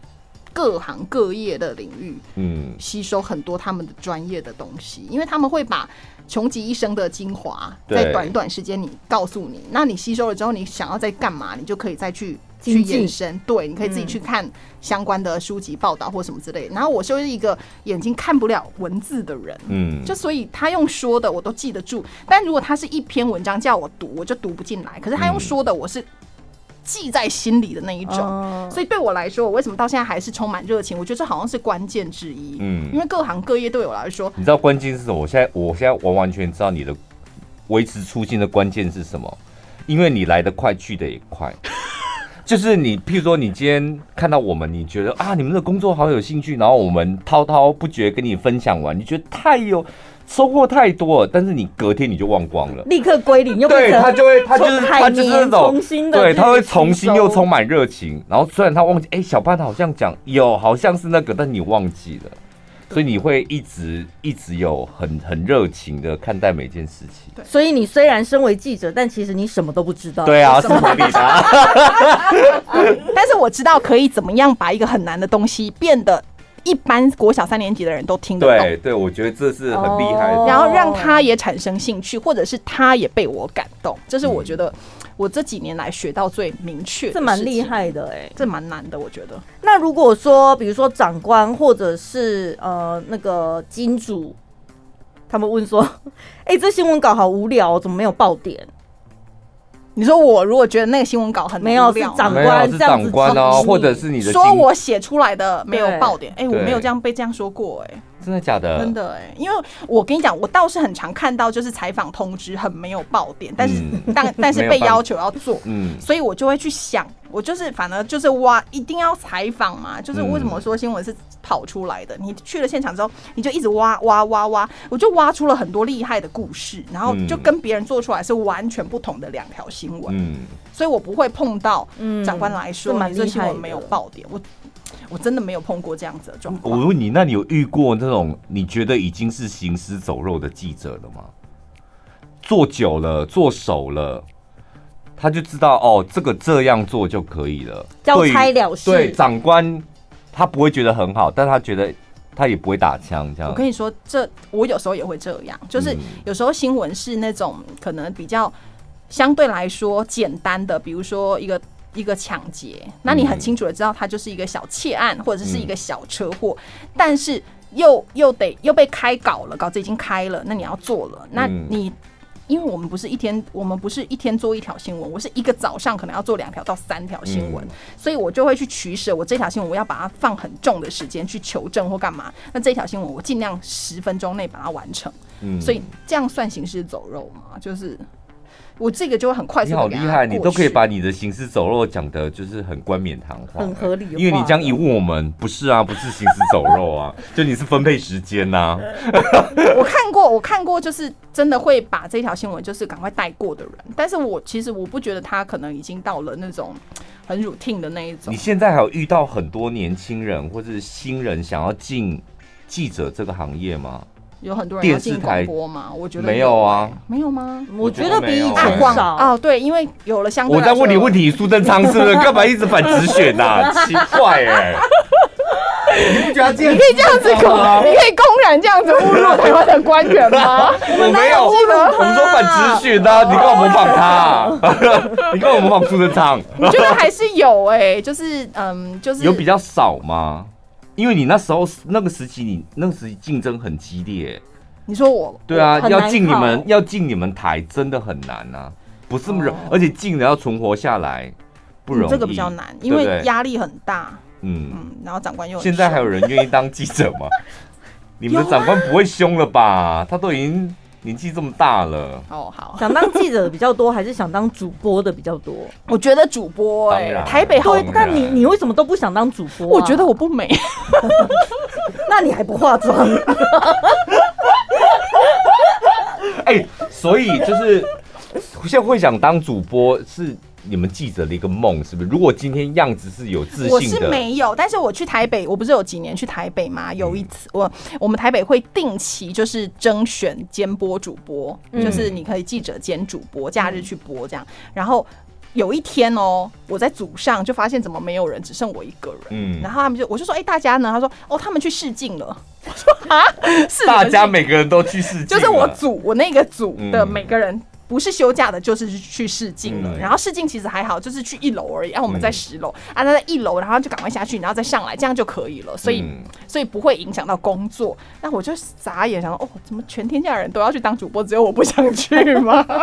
Speaker 2: 各行各业的领域
Speaker 1: 嗯，
Speaker 2: 吸收很多他们的专业的东西，因为他们会把穷极一生的精华，
Speaker 1: 对
Speaker 2: 在短短时间里告诉你。那你吸收了之后，你想要再干嘛，你就可以再去去
Speaker 3: 精进
Speaker 2: 延
Speaker 1: 嗯
Speaker 2: 伸。对，你可以自己去看相关的书籍报道或什么之类的。然后我就是一个眼睛看不了文字的人。
Speaker 1: 嗯，
Speaker 2: 就所以他用说的我都记得住，但如果他是一篇文章叫我读，我就读不进来。可是他用
Speaker 1: 嗯
Speaker 2: 说的，我是记在心里的那一种。
Speaker 3: 哦
Speaker 2: 所以对我来说，我为什么到现在还是充满热情？我觉得这好像是关键之一。
Speaker 1: 嗯
Speaker 2: 因为各行各业对我来说，
Speaker 1: 你知道关键是什么？我现在我现在完完全知道你的维持初心的关键是什么，因为你来得快，去得也快。 [LAUGHS] 就是你，譬如说，你今天看到我们，你觉得啊，你们的工作好有兴趣，然后我们滔滔不绝跟你分享完，你觉得太有收获太多了，但是你隔天你就忘光了。
Speaker 3: 立刻归零，又
Speaker 1: 对
Speaker 3: 变成
Speaker 1: 他就会，他就是他就
Speaker 3: 从
Speaker 1: 是
Speaker 3: 海
Speaker 1: 那种
Speaker 3: 绵重新，的
Speaker 1: 对，
Speaker 3: 去
Speaker 1: 他会
Speaker 3: 吸
Speaker 1: 重新
Speaker 3: 收
Speaker 1: 又充满热情。然后虽然他忘记，哎，小潘好像讲有，好像是那个，但你忘记了，所以你会一直一直有很很热情的看待每件事情。
Speaker 3: 所以你虽然身为记者，但其实你什么都不知道。
Speaker 1: 对啊，是
Speaker 2: 什么
Speaker 1: 合理的啊。
Speaker 2: 但是我知道可以怎么样把一个很难的东西变得一般国小三年级的人都听得懂，
Speaker 1: 对对，我觉得这是很厉害
Speaker 3: 哦
Speaker 1: 的。
Speaker 2: 然后让他也产生兴趣，或者是他也被我感动。这是
Speaker 1: 嗯
Speaker 2: 我觉得我这几年来学到最明确，
Speaker 3: 这蛮厉，害的哎、
Speaker 2: 这蛮难的，我觉得。
Speaker 3: 那如果说，比如说长官或者是呃那个金主，他们问说：“ [LAUGHS] 哎、这新闻稿好无聊哦，怎么没有爆点
Speaker 2: 你说我如果觉得那个新闻稿很
Speaker 3: 没有
Speaker 2: 无聊
Speaker 3: 是长
Speaker 1: 没
Speaker 3: 官
Speaker 1: 有是
Speaker 3: 这样子
Speaker 1: 长官
Speaker 3: 冲
Speaker 1: 哦，
Speaker 3: 击
Speaker 1: 或者是你的
Speaker 2: 说
Speaker 1: 经
Speaker 2: 我写出来的没有爆点，哎、我
Speaker 1: 对
Speaker 2: 没有这样被这样说过、哎，
Speaker 1: 真的假的？
Speaker 2: 真的哎、因为我跟你讲，我倒是很常看到就是采访通知很没有爆点，但是、
Speaker 1: 嗯 [LAUGHS]
Speaker 2: 但但是
Speaker 1: 没有
Speaker 2: 被
Speaker 1: 办法
Speaker 2: 要求要做，
Speaker 1: 嗯，
Speaker 2: 所以我就会去想，我就是反而就是哇，一定要采访嘛，就是
Speaker 1: 嗯
Speaker 2: 为什么说新闻是跑出来的？你去了现场之后，你就一直挖挖挖挖，我就挖出了很多厉害的故事，然后
Speaker 1: 嗯
Speaker 2: 就跟别人做出来是完全不同的两条新闻，
Speaker 1: 嗯，
Speaker 2: 所以我不会碰到
Speaker 3: 嗯
Speaker 2: 长官来说，
Speaker 3: 这蛮
Speaker 2: 你这
Speaker 3: 厉
Speaker 2: 新
Speaker 3: 害
Speaker 2: 闻没有
Speaker 3: 的
Speaker 2: 爆点，我我真的没有碰过这样子的状
Speaker 1: 我
Speaker 2: 况。
Speaker 1: 问你，那你有遇过那种你觉得已经是行尸走肉的记者了吗？做久了，做熟了，他就知道哦，这个这样做就可以了，
Speaker 3: 交差
Speaker 1: 对于
Speaker 3: 了事
Speaker 1: 对长官，他不会觉得很好，但他觉得他也不会打枪，这样。
Speaker 2: 我跟你说，这我有时候也会这样，就是
Speaker 1: 嗯
Speaker 2: 有时候新闻是那种可能比较相对来说简单的，比如说一个。一个抢劫，那
Speaker 1: 嗯
Speaker 2: 你很清楚的知道它就是一个小窃案或者是一个小车祸，但是又又得又被开稿了，稿子已经开了，那你要做了，那
Speaker 1: 嗯
Speaker 2: 你因为我们不是一天，我们不是一天做一条新闻，我是一个早上可能要做两条到三条新闻，
Speaker 1: 嗯
Speaker 2: 所以我就会去取舍，我这条新闻我要把它放很重的时间去求证或干嘛，那这条新闻我尽量十分钟内把它完成，
Speaker 1: 嗯
Speaker 2: 所以这样算行尸走肉嘛，就是我这个就会很快速
Speaker 1: 你
Speaker 2: 地
Speaker 1: 好
Speaker 2: 给
Speaker 1: 厉
Speaker 2: 它
Speaker 1: 害，你
Speaker 2: 过
Speaker 1: 都可以
Speaker 2: 去
Speaker 1: 把你的行尸走肉讲的，就是很冠冕堂皇，
Speaker 3: 很合理化
Speaker 1: 因为你这样一问我们，不是啊，不是行尸走肉啊， [LAUGHS] 就你是分配时间啊呐、
Speaker 2: 我看过，我看过，就是真的会把这条新闻就是赶快带过的人，但是我其实我不觉得他可能已经到了那种很 routine 的那一种
Speaker 1: 你。现在还有遇到很多年轻人或是新人想要进记者这个行业吗？
Speaker 2: 有很多人
Speaker 1: 电
Speaker 2: 要进
Speaker 1: 视台
Speaker 2: 广播嘛，我觉得
Speaker 1: 没有啊
Speaker 2: 欸，没有吗？
Speaker 3: 我觉得比以
Speaker 1: 我觉
Speaker 3: 前
Speaker 1: 得没有
Speaker 2: 广
Speaker 1: 很
Speaker 3: 少。
Speaker 2: 哦，对，因为有了相对
Speaker 1: 我
Speaker 2: 来说
Speaker 1: 在问你问题，苏贞昌是不是？干嘛一直反直选啊 [LAUGHS] 呐、奇怪哎、你不觉得他
Speaker 2: 你可以这样子公，
Speaker 1: 吗？
Speaker 2: 你可以公然这样子侮辱台湾的官员吗？
Speaker 1: [LAUGHS] 我没有，我们说反直 [LAUGHS] 选啊呐、你干嘛模仿他、 [LAUGHS] 你干嘛模仿苏贞昌？
Speaker 2: 我觉得还是有哎、就是嗯，就是
Speaker 1: 有比较少吗？因为你那时候那个时期你，那个时期竞争很激烈，
Speaker 2: 你说我
Speaker 1: 对啊，
Speaker 3: 很难
Speaker 1: 要进你
Speaker 3: 考
Speaker 1: 们要进你们台真的很难啊，不是那么容，而且进了要存活下来不容易，
Speaker 2: 哦嗯这个比较难，
Speaker 1: 对
Speaker 2: 因
Speaker 1: 不
Speaker 2: 为
Speaker 1: 对
Speaker 2: 压力很大，
Speaker 1: 嗯，
Speaker 2: 嗯，然后长官又很
Speaker 1: 现在还有
Speaker 2: 凶
Speaker 1: 人愿意当记者吗？ [LAUGHS] 你们
Speaker 2: 有
Speaker 1: 的长官不会凶了吧？他都已经年纪这么大
Speaker 2: [LAUGHS]
Speaker 1: 了，
Speaker 2: 哦好，
Speaker 3: 想当记者的比较多，还是想当主播的比较多？
Speaker 2: 我觉得主播
Speaker 1: 当
Speaker 2: 哎、
Speaker 1: 然
Speaker 2: 台北好
Speaker 1: 对
Speaker 2: 美，
Speaker 1: 当然
Speaker 3: 那你你为什么都不想当主播、啊
Speaker 2: 我觉得我，不美，
Speaker 3: 那你还不化妆？
Speaker 1: 哎、所以就是现在会想当主播是你们记者的一个梦，是不是？如果今天样子是有自
Speaker 2: 我
Speaker 1: 信
Speaker 2: 是
Speaker 1: 的，
Speaker 2: 没有，但是我去台北，我不是有几年去台北嘛？有
Speaker 1: 嗯
Speaker 2: 一次我我们台北会定期就是征选兼播主播，
Speaker 3: 嗯
Speaker 2: 就是你可以记者兼主播，假
Speaker 1: 嗯
Speaker 2: 日去播这样，然后。有一天哦，我在组上就发现怎么没有人，只剩我一个人。
Speaker 1: 嗯
Speaker 2: 然后他们就我就说，哎、大家呢？他说，哦，他们去试镜了。 [LAUGHS] 我说啊，是
Speaker 1: 大家每个人都去试镜了，啊
Speaker 2: 就是我组我那个组的
Speaker 1: 嗯
Speaker 2: 每个人。不是休假的，就是去试镜了。
Speaker 1: 嗯
Speaker 2: 然后试镜其实还好，就是去一楼而已。然、后我们在
Speaker 1: 嗯
Speaker 2: 十楼，啊，那在一楼，然后就赶快下去，然后再上来，这样就可以了。所以，
Speaker 1: 嗯
Speaker 2: 所以不会影响到工作。那我就傻眼，想说，哦，怎么全天下人都要去当主播，只有我不想去吗？ [LAUGHS]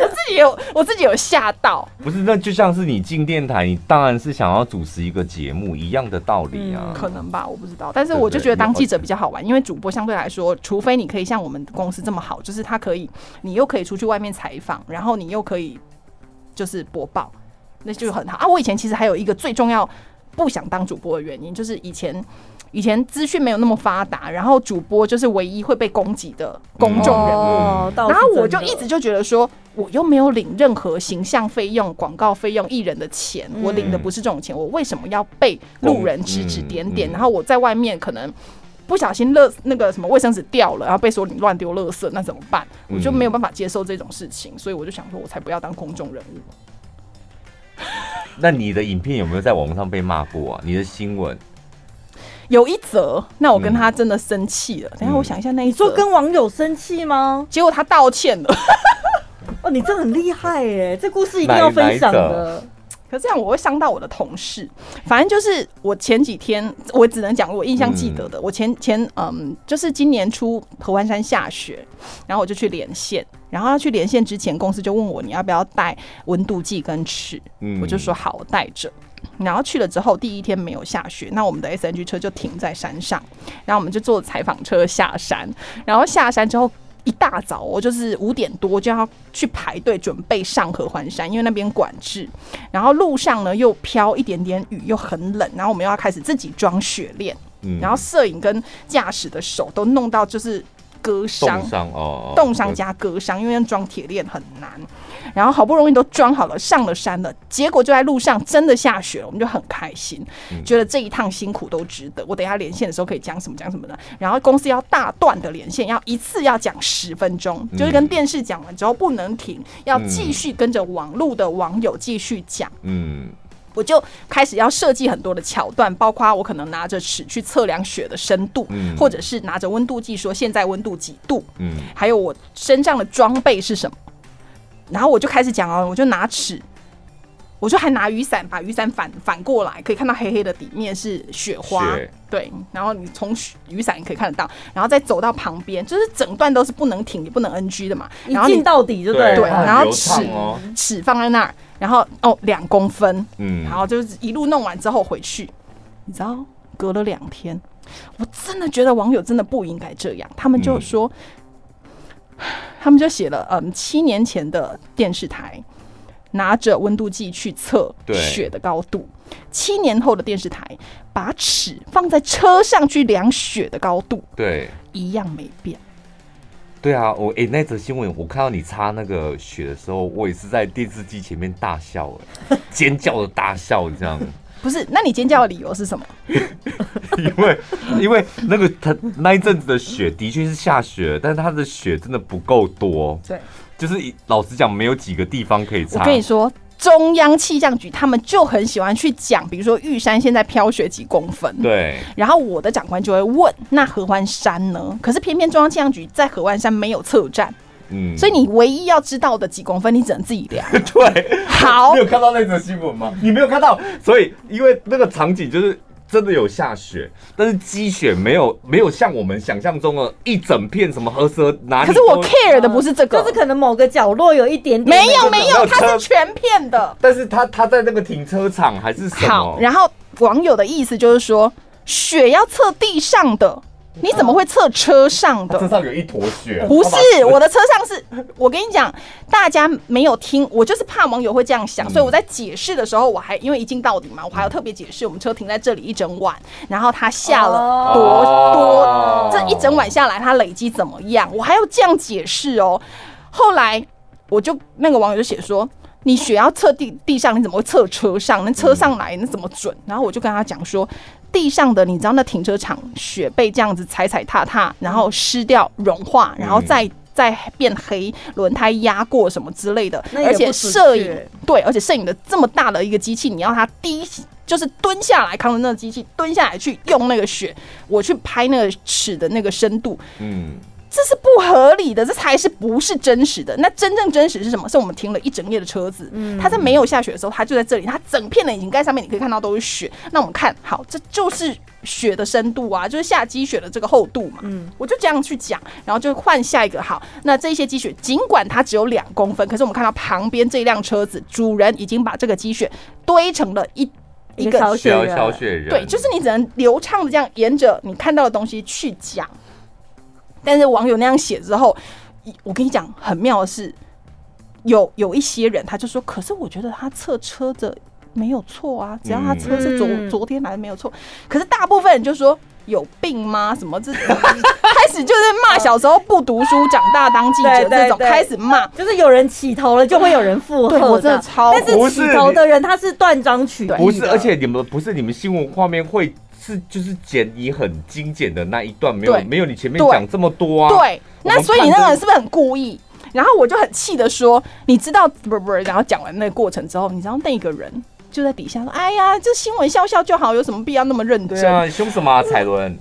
Speaker 2: 我自己有，我自己有吓到。
Speaker 1: 不是，那就像是你进电台，你当然是想要主持一个节目一样的道理啊。
Speaker 2: 嗯可能吧，我不知道。但是
Speaker 1: 对
Speaker 2: 我就
Speaker 1: 对
Speaker 2: 觉得当
Speaker 1: 了
Speaker 2: 记者
Speaker 1: 解
Speaker 2: 比较好玩，因为主播相对来说，除非你可以像我们公司这么好，就是他可以，你又可以出去外面采访，然后你又可以就是播报，那就很好啊。我以前其实还有一个最重要不想当主播的原因，就是以前。以前资讯没有那么发达，然后主播就是唯一会被攻击的公众人物，
Speaker 1: 哦
Speaker 3: 倒是
Speaker 2: 然后我就
Speaker 3: 真的
Speaker 2: 一直就觉得说，我又没有领任何形象费用、广告费用、艺人的钱，我领的不是这种钱，我为什么要被路人指指点点？
Speaker 1: 嗯嗯
Speaker 2: 然后我在外面可能。不小心乐那个什么卫生纸掉了，然后被说你乱丢垃圾，那怎么办？我就没有办法接受这种事情，所以我就想说，我才不要当公众人物。
Speaker 1: 那你的影片有没有在网上被骂过啊？你的新闻
Speaker 2: 有一则，那我跟他真的生气了。等一下我想一下那一
Speaker 3: 你说
Speaker 2: 则，
Speaker 3: 跟网友生气吗？
Speaker 2: 结果他道歉了，
Speaker 3: 哦，你这很厉害哎，这故事一定要分享的。
Speaker 2: 可是这样我会伤到我的同事。反正就是我前几天，我只能讲我印象记得的。我前前嗯，就是今年初合欢山下雪，然后我就去连线。然后要去连线之前，公司就问我你要不要带温度计跟尺，
Speaker 1: 嗯
Speaker 2: 我就说好，我带着。然后去了之后，第一天没有下雪，那我们的 S N G 车就停在山上，然后我们就坐采访车下山，然后下山之后。一大早，我就是五点多就要去排队准备上合欢山，因为那边管制。然后路上呢又飘一点点雨，又很冷，然后我们又要开始自己装雪链，
Speaker 1: 嗯
Speaker 2: 然后摄影跟驾驶的手都弄到就是割伤
Speaker 1: 冻，伤哦，哦
Speaker 2: 冻伤加割伤，因为装铁链很难。然后好不容易都装好了，上了山了，结果就在路上真的下雪了，我们就很开心，
Speaker 1: 嗯
Speaker 2: 觉得这一趟辛苦都值得。我等一下连线的时候可以讲什么讲什么的。然后公司要大段的连线，要一次要讲十分钟，
Speaker 1: 嗯
Speaker 2: 就是跟电视讲完之后不能停，要继续跟着网络的网友继续讲。
Speaker 1: 嗯，
Speaker 2: 我就开始要设计很多的桥段，包括我可能拿着尺去测量雪的深度，
Speaker 1: 嗯
Speaker 2: 或者是拿着温度计说现在温度几度，
Speaker 1: 嗯
Speaker 2: 还有我身上的装备是什么。然后我就开始讲哦，我就拿尺，我就还拿雨伞，把雨伞反反过来，可以看到黑黑的底面是雪花，
Speaker 1: 雪
Speaker 2: 对。然后你从雪雨伞可以看得到，然后再走到旁边，就是整段都是不能停也不能 NG 的嘛。
Speaker 3: 一
Speaker 2: 然后你
Speaker 3: 进到底就对
Speaker 2: 对
Speaker 3: 了。
Speaker 2: 然后
Speaker 1: 流畅
Speaker 2: 尺
Speaker 1: 哦，
Speaker 2: 尺放在那儿，然后哦两公分，
Speaker 1: 嗯，
Speaker 2: 然后就是一路弄完之后回去，你知道，隔了两天，我真的觉得网友真的不应该这样，他们就
Speaker 1: 嗯
Speaker 2: 说，他们就写了，嗯，七年前的电视台拿着温度计去测
Speaker 1: 对
Speaker 2: 雪的高度，七年后的电视台把尺放在车上去量雪的高度，
Speaker 1: 对。
Speaker 2: 一样没变。
Speaker 1: 对啊，我哎、那则新闻我看到你擦那个血的时候，我也是在电视机前面大笑、
Speaker 2: [LAUGHS]
Speaker 1: 哎，尖叫的大笑这样，
Speaker 2: 不是，那你尖叫的理由是什么？
Speaker 1: [LAUGHS] 因为因为那个他那一阵子的雪的确是下雪，但是他的雪真的不够多，
Speaker 2: 对，
Speaker 1: 就是一老实讲，没有几个地方可以
Speaker 2: 我
Speaker 1: 擦。
Speaker 2: 跟你说，中央气象局他们就很喜欢去讲，比如说玉山现在飘雪几公分，
Speaker 1: 对，
Speaker 2: 然后我的长官就会问：“那合欢山呢？”可是偏偏中央气象局在合欢山没有测站，
Speaker 1: 嗯，
Speaker 2: 所以你唯一要知道的几公分，你只能自己量。
Speaker 1: [LAUGHS] 对，
Speaker 2: 好
Speaker 1: [LAUGHS] 你，有看到那则新闻吗？你没有看到，所以因为那个场景就是真的有下雪，但是积雪没有没有像我们想象中的一整片什么何蛇哪里都。
Speaker 2: 可是我 care 的不是这个，
Speaker 3: 就是可能某个角落有一点点
Speaker 2: 没
Speaker 3: 那
Speaker 2: 有
Speaker 3: 个
Speaker 2: 没
Speaker 1: 没
Speaker 2: 有，
Speaker 1: 有
Speaker 2: 它
Speaker 1: 车
Speaker 2: 是全片的。
Speaker 1: 但是他他在那个停车场还是什
Speaker 2: 好，
Speaker 1: 么？
Speaker 2: 然后网友的意思就是说，雪要测地上的，你怎么会测车上的
Speaker 1: 车？上有一坨雪，
Speaker 2: 不
Speaker 1: 他把
Speaker 2: 是我的车上是， [LAUGHS] 我跟你讲，大家没有听，我就是怕网友会这样想，所以我在解释的时候，我还因为一镜到底嘛，我还要特别解释，我们车停在这里一整晚，然后它下了多、
Speaker 1: 哦
Speaker 2: 多，这一整晚下来它累积怎么样，我还要这样解释哦。后来我就那个网友就写说。你雪要测地地上，你怎么会测车上？那车上来那怎么准？然后我就跟他讲说，地上的你知道那停车场雪被这样子踩踩踏踏，然后湿掉融化，
Speaker 3: 嗯
Speaker 2: 然后再再变黑，轮胎压过什么之类的，
Speaker 3: 那也
Speaker 2: 而且
Speaker 3: 不准
Speaker 2: 摄影
Speaker 3: 确
Speaker 2: 对，而且摄影的这么大的一个机器，你要它低就是蹲下来扛着那个机器蹲下来去用那个雪，我去拍那个尺的那个深度，
Speaker 1: 嗯，
Speaker 2: 这是不合理的，这才是不是真实的。那真正真实是什么？是我们停了一整夜的车子，它在没有下雪的时候，它就在这里，它整片的引擎盖上面你可以看到都是雪。那我们看好，这就是雪的深度啊，就是下积雪的这个厚度嘛。嗯，我就这样去讲，然后就换下一个好。那这些积雪，尽管它只有两公分，可是我们看到旁边这辆车子主人已经把这个积雪堆成了一一
Speaker 3: 一
Speaker 2: 个
Speaker 3: 个小雪
Speaker 1: 小
Speaker 3: 人
Speaker 1: 小雪人，
Speaker 2: 对，就是你只能流畅的这样沿着你看到的东西去讲。但是网友那样写之后，一我跟你讲，很妙的是，有有一些人他就说，可是我觉得他测车的没有错啊，只要他车是昨、
Speaker 3: 嗯
Speaker 2: 昨天来的没有错。可是大部分人就说。有病吗？什么这开始就是骂小时候不读书，长大当记者
Speaker 3: [LAUGHS] 对对
Speaker 2: 这种
Speaker 3: 对
Speaker 2: 开始骂，
Speaker 3: 就是有人起头了，就会有人附和
Speaker 2: 对
Speaker 3: 的。
Speaker 2: 我真的超
Speaker 3: 但
Speaker 1: 不
Speaker 3: 是
Speaker 1: 是
Speaker 3: 起头的人他是断章取义的，
Speaker 1: 不是，而且你们不是你们新闻画面会是就是剪你很精简的那一段，没有
Speaker 2: 对
Speaker 1: 没有你前面
Speaker 2: 对
Speaker 1: 讲这么多啊，，
Speaker 2: 对，
Speaker 1: 我
Speaker 2: 那
Speaker 1: 们
Speaker 2: 所以
Speaker 1: 判
Speaker 2: 你那个
Speaker 1: 断
Speaker 2: 人是不是很故意？然后我就很气的说，你知道不不，然后讲完那个过程之后，你知道那个人就在底下说，哎呀，这新闻笑笑就好，有什么必要那么认真？
Speaker 1: 对啊，你凶什么啊，彩伦？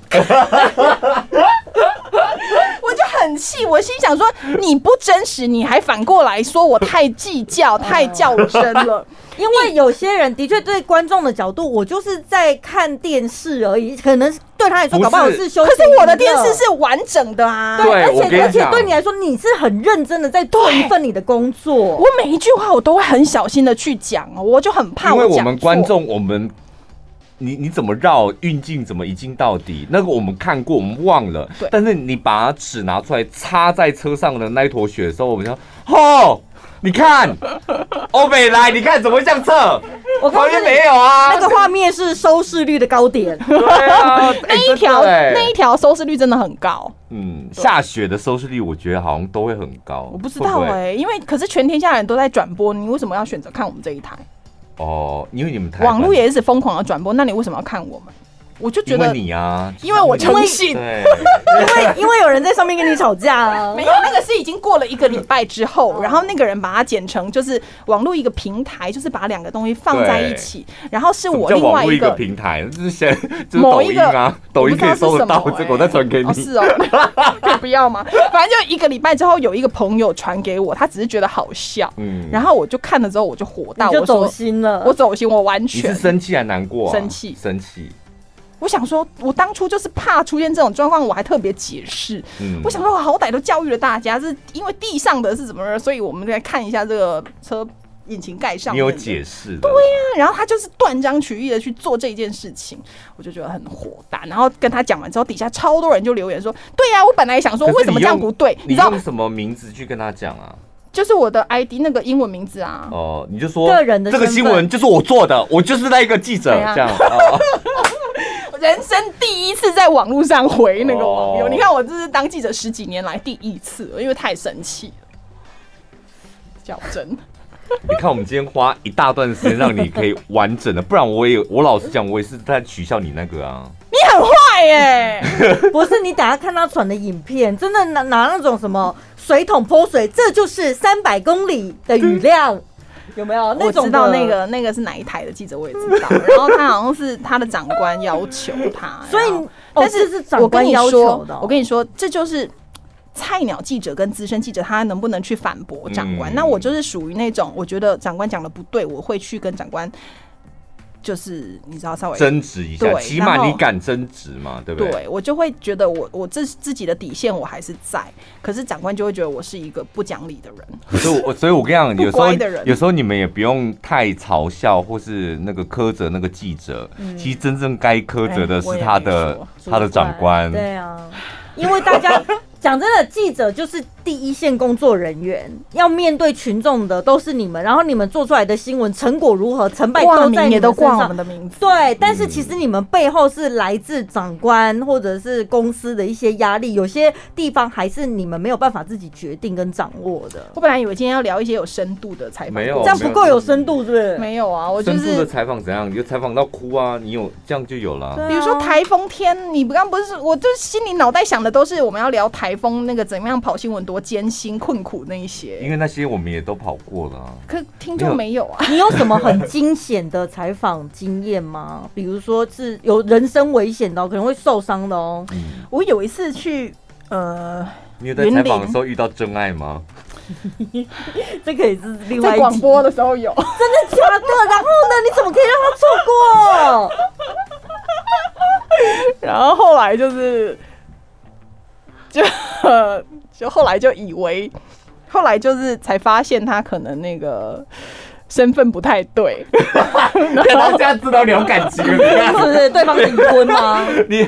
Speaker 2: 我就很气，我心想说，你不真实，你还反过来说我太计较、太较真
Speaker 1: [LAUGHS]
Speaker 2: 了。
Speaker 3: 因为有些人的确对观众的角度，我就是在看电视而已，可能对他来说
Speaker 1: 不是
Speaker 3: 搞不好是休
Speaker 2: 可
Speaker 3: 闲娱乐。
Speaker 2: 是我的电视是完整的啊，
Speaker 3: 对，
Speaker 1: 对
Speaker 3: 而
Speaker 1: 我跟你
Speaker 3: 且而且
Speaker 1: 讲
Speaker 3: 对你来说，你是很认真的在做一份你的工作
Speaker 2: 我。每一句话我都会很小心的去讲哦，我就很怕
Speaker 1: 因为我
Speaker 2: 讲
Speaker 1: 们
Speaker 2: 错
Speaker 1: 观众，我们你你怎么绕运镜，怎么一镜到底，那个我们看过，我们忘了
Speaker 2: 对。
Speaker 1: 但是你把纸拿出来插在车上的那一坨
Speaker 2: [LAUGHS]
Speaker 1: 哦雪的时候，我们说，吼、你看，欧美来，你看怎么会这样测？
Speaker 3: 我看
Speaker 1: 旁边没有啊
Speaker 3: 那，个画面是收视率的高点， [LAUGHS]
Speaker 1: 对
Speaker 2: [LAUGHS]
Speaker 1: 啊，哎
Speaker 2: 那一条、
Speaker 1: 真的哎
Speaker 2: 那一条收视率真的很高，
Speaker 1: 嗯，下雪的收视率我觉得好像都会很高，
Speaker 2: 我不知
Speaker 1: 会
Speaker 2: 道
Speaker 1: 会
Speaker 2: 哎、因为可是全天下人都在转播，你为什么要选择看我们这一台？
Speaker 1: 哦，因为你们台湾
Speaker 2: 网络也一直疯狂的转播，那你为什么要看我们？我就觉
Speaker 1: 因
Speaker 2: 得，
Speaker 1: 为你啊，
Speaker 2: 因为我
Speaker 3: 因为
Speaker 2: 诚信，
Speaker 1: 对，
Speaker 3: 因为因为有人在上面跟你吵架啊
Speaker 2: 没。有，那个是已经过了一个礼拜
Speaker 1: [LAUGHS]
Speaker 2: 之后，然后那个人把它剪成就是网络一个平台，就是把两个东西放在一起，然后是我
Speaker 1: 叫
Speaker 2: 另外
Speaker 1: 网络一
Speaker 2: 个
Speaker 1: 个平台，就是
Speaker 2: [LAUGHS]
Speaker 1: 现就是
Speaker 2: 某
Speaker 1: 抖
Speaker 2: 一
Speaker 1: 音
Speaker 2: 个
Speaker 1: 啊，抖音可以搜得到
Speaker 2: 我不知道是
Speaker 1: 这
Speaker 2: 什么
Speaker 1: 个，我再传给你
Speaker 2: 哦，。是哦， [LAUGHS] 可以不要吗？反正就一个礼拜之后，有一个朋友传给我，他只是觉得好笑，
Speaker 1: 嗯
Speaker 2: 然后我就看了之后我就火
Speaker 3: 你
Speaker 2: 大，
Speaker 3: 就
Speaker 2: 我
Speaker 3: 走
Speaker 2: 说
Speaker 3: 心了，
Speaker 2: 我走心，我完
Speaker 1: 你是
Speaker 2: 全，
Speaker 1: 生气还难过啊？
Speaker 2: 生气
Speaker 1: 生气。
Speaker 2: 我想说，我当初就是怕出现这种状况，我还特别解释，
Speaker 1: 嗯
Speaker 2: 我想说，我好歹都教育了大家，是因为地上的是怎么了，所以我们来看一下这个车引擎盖上
Speaker 1: 你
Speaker 2: 面的
Speaker 1: 有解释的。对呀，
Speaker 2: 然后他就是断章取义的去做这件事情，我就觉得很火大。然后跟他讲完之后，底下超多人就留言说：“对呀、我本来也想说为什么这样不对，你
Speaker 1: 你
Speaker 2: 知道
Speaker 1: 用，什么名字去跟他讲啊？
Speaker 2: 就是我的 ID 那个英文名字啊。
Speaker 1: 哦，你就说
Speaker 3: 个人的
Speaker 1: 这个
Speaker 3: 身
Speaker 1: 新
Speaker 3: 份
Speaker 1: 闻就是我做的，我就是那一个记者
Speaker 2: 哎呀
Speaker 1: 这样。哦
Speaker 2: 人生第一次在网络上回那个网友，
Speaker 1: 哦
Speaker 2: 你看我这是当记者十几年来第一次，因为太生气了，较真。
Speaker 1: 你看，我们今天花一大段时间让你可以完整的，不然我也我老实讲，我也是在取笑你那个啊。
Speaker 2: 你很坏耶、
Speaker 3: [LAUGHS] 不是你等下看他传的影片，真的拿拿那种什么水桶泼水，这就是三百公里的雨量，有没有？那
Speaker 2: 我
Speaker 3: 种
Speaker 2: 知道
Speaker 3: 的
Speaker 2: 那，个那个是哪一台的记者，我也知道。然后他好像是他的长官要求他，
Speaker 3: 所以
Speaker 2: 然后
Speaker 3: 哦
Speaker 2: 但
Speaker 3: 这是长
Speaker 2: 我跟
Speaker 3: 官
Speaker 2: 你
Speaker 3: 要求
Speaker 2: 说
Speaker 3: 的哦，
Speaker 2: 我跟你说，这就是菜鸟记者跟资深记者他能不能去反驳长官？
Speaker 1: 嗯
Speaker 2: 那我就是属于那种，我觉得长官讲的不对，我会去跟长官，就是你知道稍微
Speaker 1: 争执一下，
Speaker 2: 对
Speaker 1: 起码
Speaker 2: 然后
Speaker 1: 你敢争执嘛，对不对？
Speaker 2: 对我就会觉得我我自自己的底线我还是在，可是长官就会觉得我是一个不讲理的 [LAUGHS] 人。
Speaker 1: 所以我，所以我跟你讲，有时
Speaker 2: 不乖的人
Speaker 1: 候有时候你们也不用太嘲笑或是那个苛责那个记者，其实真正该苛责的是他
Speaker 2: 哎我也没
Speaker 1: 的、
Speaker 2: 说
Speaker 1: 他的长官。
Speaker 3: 对啊，因为大家讲真的，记者就是第一线工作人员，要面对群众的都是你们，然后你们做出来的新闻成果如何，成败
Speaker 2: 挂
Speaker 3: 都在
Speaker 2: 名
Speaker 3: 你
Speaker 2: 也都
Speaker 3: 们身
Speaker 2: 挂我们
Speaker 3: 上。
Speaker 2: 的名字，
Speaker 3: 对，但是其实你们背后是来自长官或者是公司的一些压力，有些地方还是你们没有办法自己决定跟掌握的。
Speaker 2: 我本来以为今天要聊一些有深度的采访，
Speaker 1: 没有
Speaker 3: 这样不够有深度，是不是？
Speaker 2: 哦没有啊，我就
Speaker 1: 深度的
Speaker 2: 是。
Speaker 1: 采访怎样？你就采访到哭啊，你有这样就有了啊。
Speaker 3: 对
Speaker 2: 比如说台风天，你不刚不是，我就心里脑袋想的都是我们要聊台风那个怎么样跑新闻多艰辛困苦那一
Speaker 1: 因
Speaker 2: 些，
Speaker 1: 为那些我们也都跑过了、啊，
Speaker 2: 可听众没有啊，
Speaker 3: 你有什么很惊险的采访经验吗？比如说是有人身危险的哦、可能会受伤的哦。
Speaker 2: 我有一次去呃
Speaker 1: 你有在采访的时候遇到真爱 [LAUGHS] 吗？
Speaker 3: 这可以是另外
Speaker 2: 在
Speaker 3: 一
Speaker 2: 广
Speaker 3: 集 [LAUGHS]
Speaker 2: 播的时候有，
Speaker 3: 真的假的？然后呢？你怎么可以让他错过？ [LAUGHS]
Speaker 2: 然后后来就是就就后来就以为，后来就是才发现他可能那个身份不太对， [LAUGHS]
Speaker 1: 看他现在知道你有感情了，你 [LAUGHS]
Speaker 2: 啊
Speaker 1: 看
Speaker 3: 是不是对方离婚吗？
Speaker 1: 你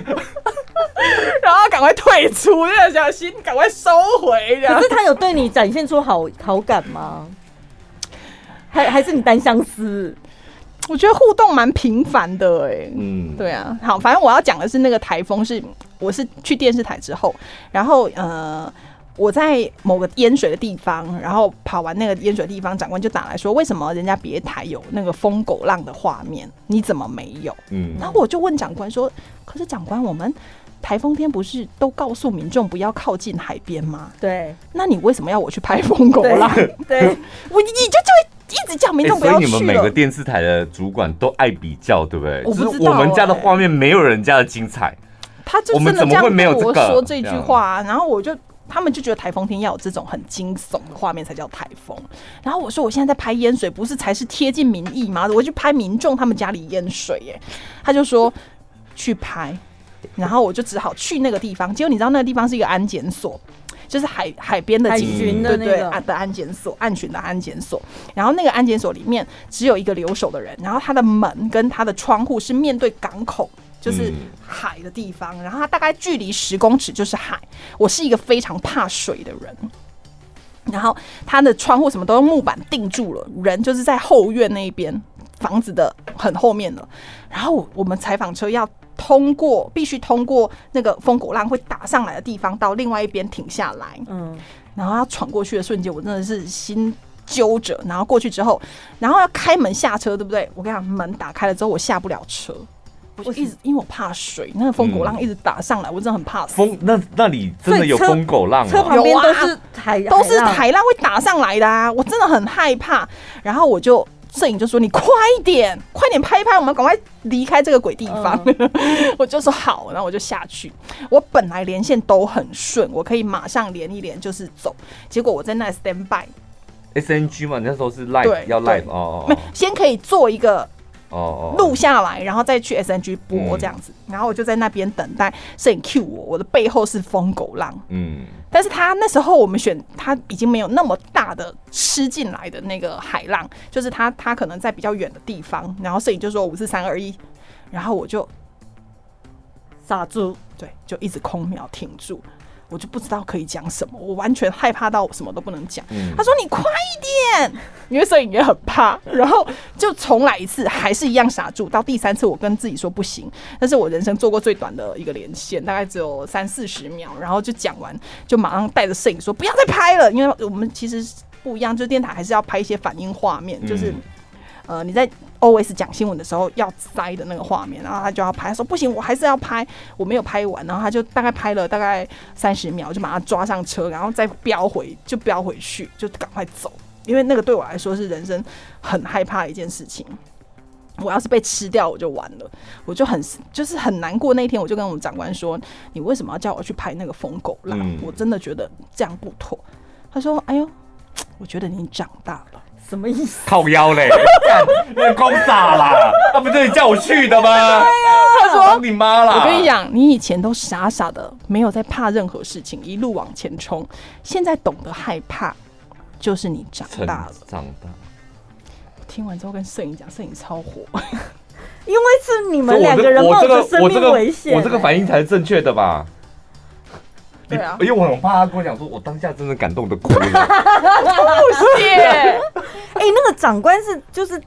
Speaker 2: 然后赶快退出，要小心赶快收回这样
Speaker 3: 可是他有对你展现出好好感吗？还还是你单相思？
Speaker 2: 我觉得互动蛮频繁的哎、
Speaker 1: 嗯，
Speaker 2: 对啊，好，反正我要讲的是那个台风是，我是去电视台之后，然后呃，我在某个淹水的地方，然后跑完那个淹水的地方，长官就打来说，为什么人家别台有那个疯狗浪的画面，你怎么没有？
Speaker 1: 嗯，
Speaker 2: 然后我就问长官说，可是长官，我们台风天不是都告诉民众不要靠近海边吗？
Speaker 3: 对
Speaker 2: 那你为什么要我去拍疯狗
Speaker 1: [LAUGHS]
Speaker 2: 浪？
Speaker 3: 对，
Speaker 2: 我你就就一直叫民
Speaker 1: 欸
Speaker 2: 众不
Speaker 1: 所
Speaker 2: 要
Speaker 1: 以
Speaker 2: 去
Speaker 1: 你
Speaker 2: 了。
Speaker 1: 们每个电视台的主管都爱比较，对不对？
Speaker 2: 我不
Speaker 1: 就是
Speaker 2: 知道
Speaker 1: 我们家的
Speaker 2: 欸
Speaker 1: 画面没有人家的精彩。
Speaker 2: 他就
Speaker 1: 我
Speaker 2: 真的
Speaker 1: 们
Speaker 2: 这
Speaker 1: 怎么
Speaker 2: 样
Speaker 1: 会没有
Speaker 2: 跟我
Speaker 1: 这个
Speaker 2: 说这句
Speaker 1: 这样
Speaker 2: 话啊、然后我就他们就觉得台风天要有这种很惊悚的画面才叫台风。然后我说我现在在拍淹水，不是才是贴近民意吗？我去拍民众他们家里淹水、耶，他就说去拍，然后我就只好去那个地方。结果你知道那个地方是一个安检所。就是海海边的
Speaker 3: 海
Speaker 2: 警
Speaker 3: 巡
Speaker 1: 嗯
Speaker 3: 的
Speaker 2: 对
Speaker 3: 那
Speaker 2: 对
Speaker 3: 个
Speaker 2: 啊，的安检所，暗巡的安检所。然后那个安检所里面只有一个留守的人，然后他的门跟他的窗户是面对港口，就是
Speaker 1: 嗯
Speaker 2: 海的地方，然后他大概距离十公尺就是海。我是一个非常怕水的人。然后他的窗户什么都用木板定住了，人就是在后院那一边，房子的很后面了，然后我我们采访车要通过，必须通过那个风果浪会打上来的地方，到另外一边停下来。
Speaker 3: 嗯，
Speaker 2: 然后要闯过去的瞬间，我真的是心揪着。然后过去之后，然后要开门下车，对不对？我跟你讲，门打开了之后，我下不了车，我就一直因为我怕水，那个风狗浪一直打上来，我真的很怕死。
Speaker 1: 疯那那里真的有
Speaker 3: 所以车
Speaker 1: 疯狗浪
Speaker 3: 车
Speaker 1: 吗？
Speaker 3: 旁边
Speaker 2: 有啊
Speaker 3: 都是海，
Speaker 2: 都是
Speaker 3: 浪，
Speaker 2: 海浪会打上来的啊，我真的很害怕。然后我就摄影就说：“你快一点，快点拍一拍，我们赶快离开这个鬼地方。 [LAUGHS] 我就说：“好。”然后我就下去。我本来连线都很顺，我可以马上连一连就是走。结果我在那 stand by，
Speaker 1: S N G 嘛，你那时候是
Speaker 2: 对
Speaker 1: live 要
Speaker 2: 对
Speaker 1: live 哦
Speaker 2: 没先可以做一个
Speaker 1: 哦哦哦，
Speaker 2: 录下来，然后再去 SNG 播
Speaker 1: 嗯
Speaker 2: 这样子。然后我就在那边等待摄影 Q 我，我的背后是疯狗浪，
Speaker 1: 嗯
Speaker 2: 但是他那时候我们选他已经没有那么大的吃进来的那个海浪，就是他他可能在比较远的地方，然后摄影就说五四三二一，然后我就
Speaker 3: 傻猪，
Speaker 2: 对就一直空秒停住。我就不知道可以讲什么，我完全害怕到我什么都不能讲。
Speaker 1: 嗯
Speaker 2: 他，说：“你快一点！”因为摄影也很怕，然后就重来一次，还是一样傻住。到第三次，我跟自己说不行，那是我人生做过最短的一个连线，大概只有三四十秒，然后就讲完，就马上带着摄影说不要再拍了，因为我们其实不一样，就是电台还是要拍一些反应画面，就是。
Speaker 1: 嗯
Speaker 2: 呃，你在 always 讲新闻的时候要塞的那个画面，然后他就要呃拍，他说不行，我还是要拍，我没有拍完，然后他就大概拍了大概三十秒，就把他抓上车，然后再飙回，就飙回去，就赶快走，因为那个对我来说是人生很害怕的一件事情。我要是被吃掉，我就完了，我就很就是很难过。那一天，我就跟我们长官说：“你为什么要叫我去拍那个疯狗浪？
Speaker 1: 嗯
Speaker 2: 我真的觉得这样不妥。”他说：“哎呦，我觉得你长大了。”
Speaker 3: 什么意思？
Speaker 1: 靠腰嘞， [LAUGHS] 干那公傻啦，那不是你叫我去的吗？
Speaker 2: 他说：“
Speaker 1: 当你妈啦！
Speaker 2: 我跟你，讲，你以前都傻傻的，没有在怕任何事情，一路往前冲。现在懂得害怕，就是你长
Speaker 1: 成
Speaker 2: 大了。
Speaker 1: 长大，
Speaker 2: 听完之后跟摄影讲，摄影超火，
Speaker 3: 因为是你
Speaker 1: 我
Speaker 3: 们两
Speaker 1: 这
Speaker 3: 个人
Speaker 1: 我
Speaker 3: 冒
Speaker 1: 这
Speaker 3: 着
Speaker 1: 个
Speaker 3: 生
Speaker 1: 我这
Speaker 3: 命
Speaker 1: 个
Speaker 3: 危险，
Speaker 1: 我这个反应才是正确的吧？
Speaker 2: 对啊
Speaker 1: 因为我很怕他跟我讲说，我当下真的感动的哭
Speaker 2: [LAUGHS]
Speaker 1: 了。
Speaker 2: 不谢。
Speaker 3: 哎、那个长官是就是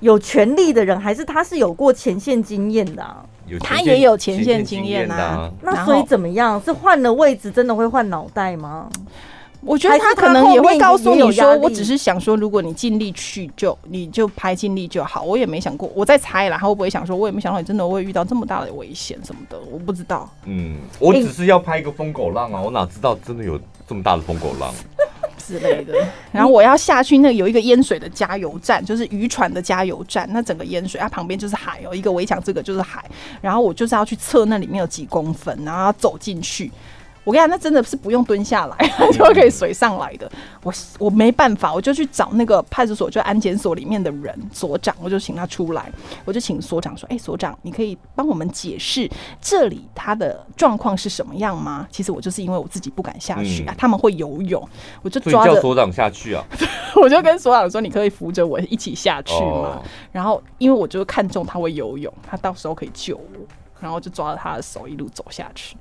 Speaker 3: 有权力的人，还是他是有过前线经验的、啊？
Speaker 1: 有
Speaker 2: 他
Speaker 1: 前
Speaker 2: 也
Speaker 1: 线
Speaker 2: 有前线
Speaker 1: 线
Speaker 2: 经验
Speaker 1: 验的
Speaker 2: 啊
Speaker 1: 啊
Speaker 3: 那
Speaker 2: 然
Speaker 3: 所以
Speaker 2: 后
Speaker 3: 怎么样？是换了位置真的会换脑袋吗？
Speaker 2: 我觉得
Speaker 3: 还
Speaker 2: 他
Speaker 3: 是
Speaker 2: 可
Speaker 3: 他
Speaker 2: 能
Speaker 3: 后
Speaker 2: 也会
Speaker 3: 面
Speaker 2: 告诉
Speaker 3: 也有
Speaker 2: 你
Speaker 3: 压
Speaker 2: 说，
Speaker 3: 力
Speaker 2: 我只是想说，如果你尽力去就，你就拍尽力就好。我也没想过，我在猜啦，他会不会想说，我也没想到你真的会遇到这么大的危险什么的，我不知道。
Speaker 1: 嗯，我只是要拍一个疯狗浪
Speaker 2: 哎
Speaker 1: 啊，我哪知道真的有这么大的疯狗浪？
Speaker 2: 之类的。 [LAUGHS] 然后我要下去那个有一个淹水的加油站，就是渔船的加油站，那整个淹水，它啊旁边就是海哦，一个围墙这个就是海。然后我就是要去测那里面有几公分，然后要走进去。我跟你讲，那真的是不用蹲下来 [LAUGHS] 就可以水上来的。我我没办法，我就去找那个派出所，就安检所里面的人所长，我就请他出来，我就请所长说：“哎、所长，你可以帮我们解释这里它的状况是什么样吗？”其实我就是因为我自己不敢下去、
Speaker 1: 嗯
Speaker 2: 啊，他们会游泳，我就
Speaker 1: 所以
Speaker 2: 抓
Speaker 1: 叫
Speaker 2: 着
Speaker 1: 所长下去啊？
Speaker 2: [LAUGHS] 我就跟所长说：“你可以扶着我一起下去嘛。
Speaker 1: 哦
Speaker 2: 然后因为我就看中他会游泳，他到时候可以救我，然后就抓着他的手一路走下去。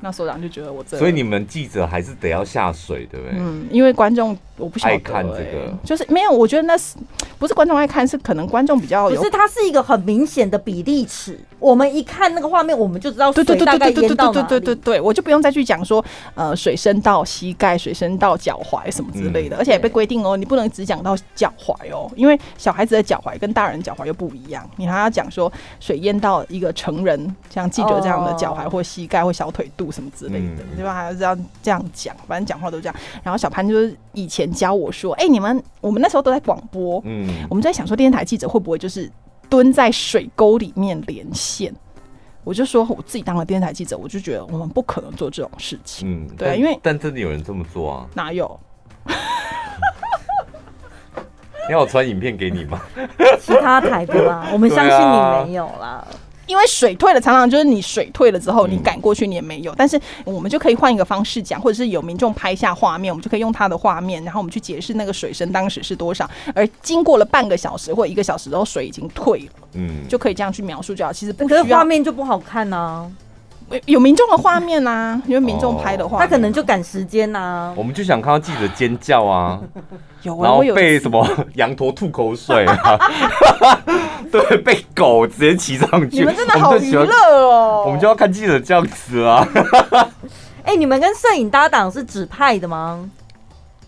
Speaker 2: 那所长就觉得我这，
Speaker 1: 所以你们记者还是得要下水，对不对？
Speaker 2: 嗯，因为观众我不晓得、
Speaker 1: 爱看这
Speaker 2: 欸
Speaker 1: 个
Speaker 2: 就是没有，我觉得那是不是观众爱看，是可能观众比较
Speaker 3: 不
Speaker 2: 哦有
Speaker 3: 是，它是一个很明显的比例尺。我们一看那个画面，我们就知道
Speaker 2: 对
Speaker 3: 水
Speaker 2: 对对
Speaker 3: 大
Speaker 2: 对
Speaker 3: 概
Speaker 2: 对对
Speaker 3: 淹到
Speaker 2: 对
Speaker 3: 哪
Speaker 2: 对
Speaker 3: 里。
Speaker 2: 对对对，我就不用再去讲说，呃，水深到膝盖、水深到脚踝什么之类的，而且也被规定哦，你不能只讲到脚踝哦，因为小孩子的脚踝跟大人脚踝又不一样，你还要讲说水淹到一个成人，像记者这样的脚踝
Speaker 3: 哦
Speaker 2: 或膝盖或小腿肚什么之类的
Speaker 1: 嗯嗯，
Speaker 2: 对吧？还要这样这样讲，反正讲话都这样。然后小潘就是以前教我说，哎，你们我们那时候都在广播，
Speaker 1: 嗯
Speaker 2: 我们在想说，电视台记者会不会就是蹲在水沟里面连线？我就说哦我自己当了电视台记者，我就觉得我们不可能做这种事情。
Speaker 1: 嗯，
Speaker 2: 对啊
Speaker 1: 但
Speaker 2: 因为
Speaker 1: 但真的有人这么做啊？
Speaker 2: 哪有？
Speaker 1: 你要我传影片给你
Speaker 2: [LAUGHS]
Speaker 1: 吗？
Speaker 3: 其他台的啦，我们相信你没有啦。
Speaker 2: 因为水退了，常常就是你水退了之后，
Speaker 1: 嗯
Speaker 2: 你赶过去你也没有。但是我们就可以换一个方式讲，或者是有民众拍下画面，我们就可以用他的画面，然后我们去解释那个水深当时是多少。而经过了半个小时或一个小时之后，水已经退了，
Speaker 1: 嗯，
Speaker 2: 就可以这样去描述就好。其实不
Speaker 3: 可是
Speaker 2: 需要
Speaker 3: 画
Speaker 2: 啊
Speaker 3: 面就不好看呐、啊
Speaker 2: 有民众的画面啊，因为民众拍的画
Speaker 3: 他
Speaker 2: 面，
Speaker 3: 可能就赶时间啊呐、
Speaker 1: 我们就想看到记者尖叫啊，
Speaker 2: 有
Speaker 1: 然
Speaker 2: 啊，
Speaker 1: 后
Speaker 2: 我有 [LAUGHS]
Speaker 1: 被什么羊驼吐口水啊，对，被狗直接骑上去。
Speaker 2: [LAUGHS] 你们真的好
Speaker 1: 我们就
Speaker 2: 娱
Speaker 1: 喜欢
Speaker 2: 乐哦，
Speaker 1: 我们就要看记者这样子啊。
Speaker 3: 哎、你们跟摄影搭档是指派的吗？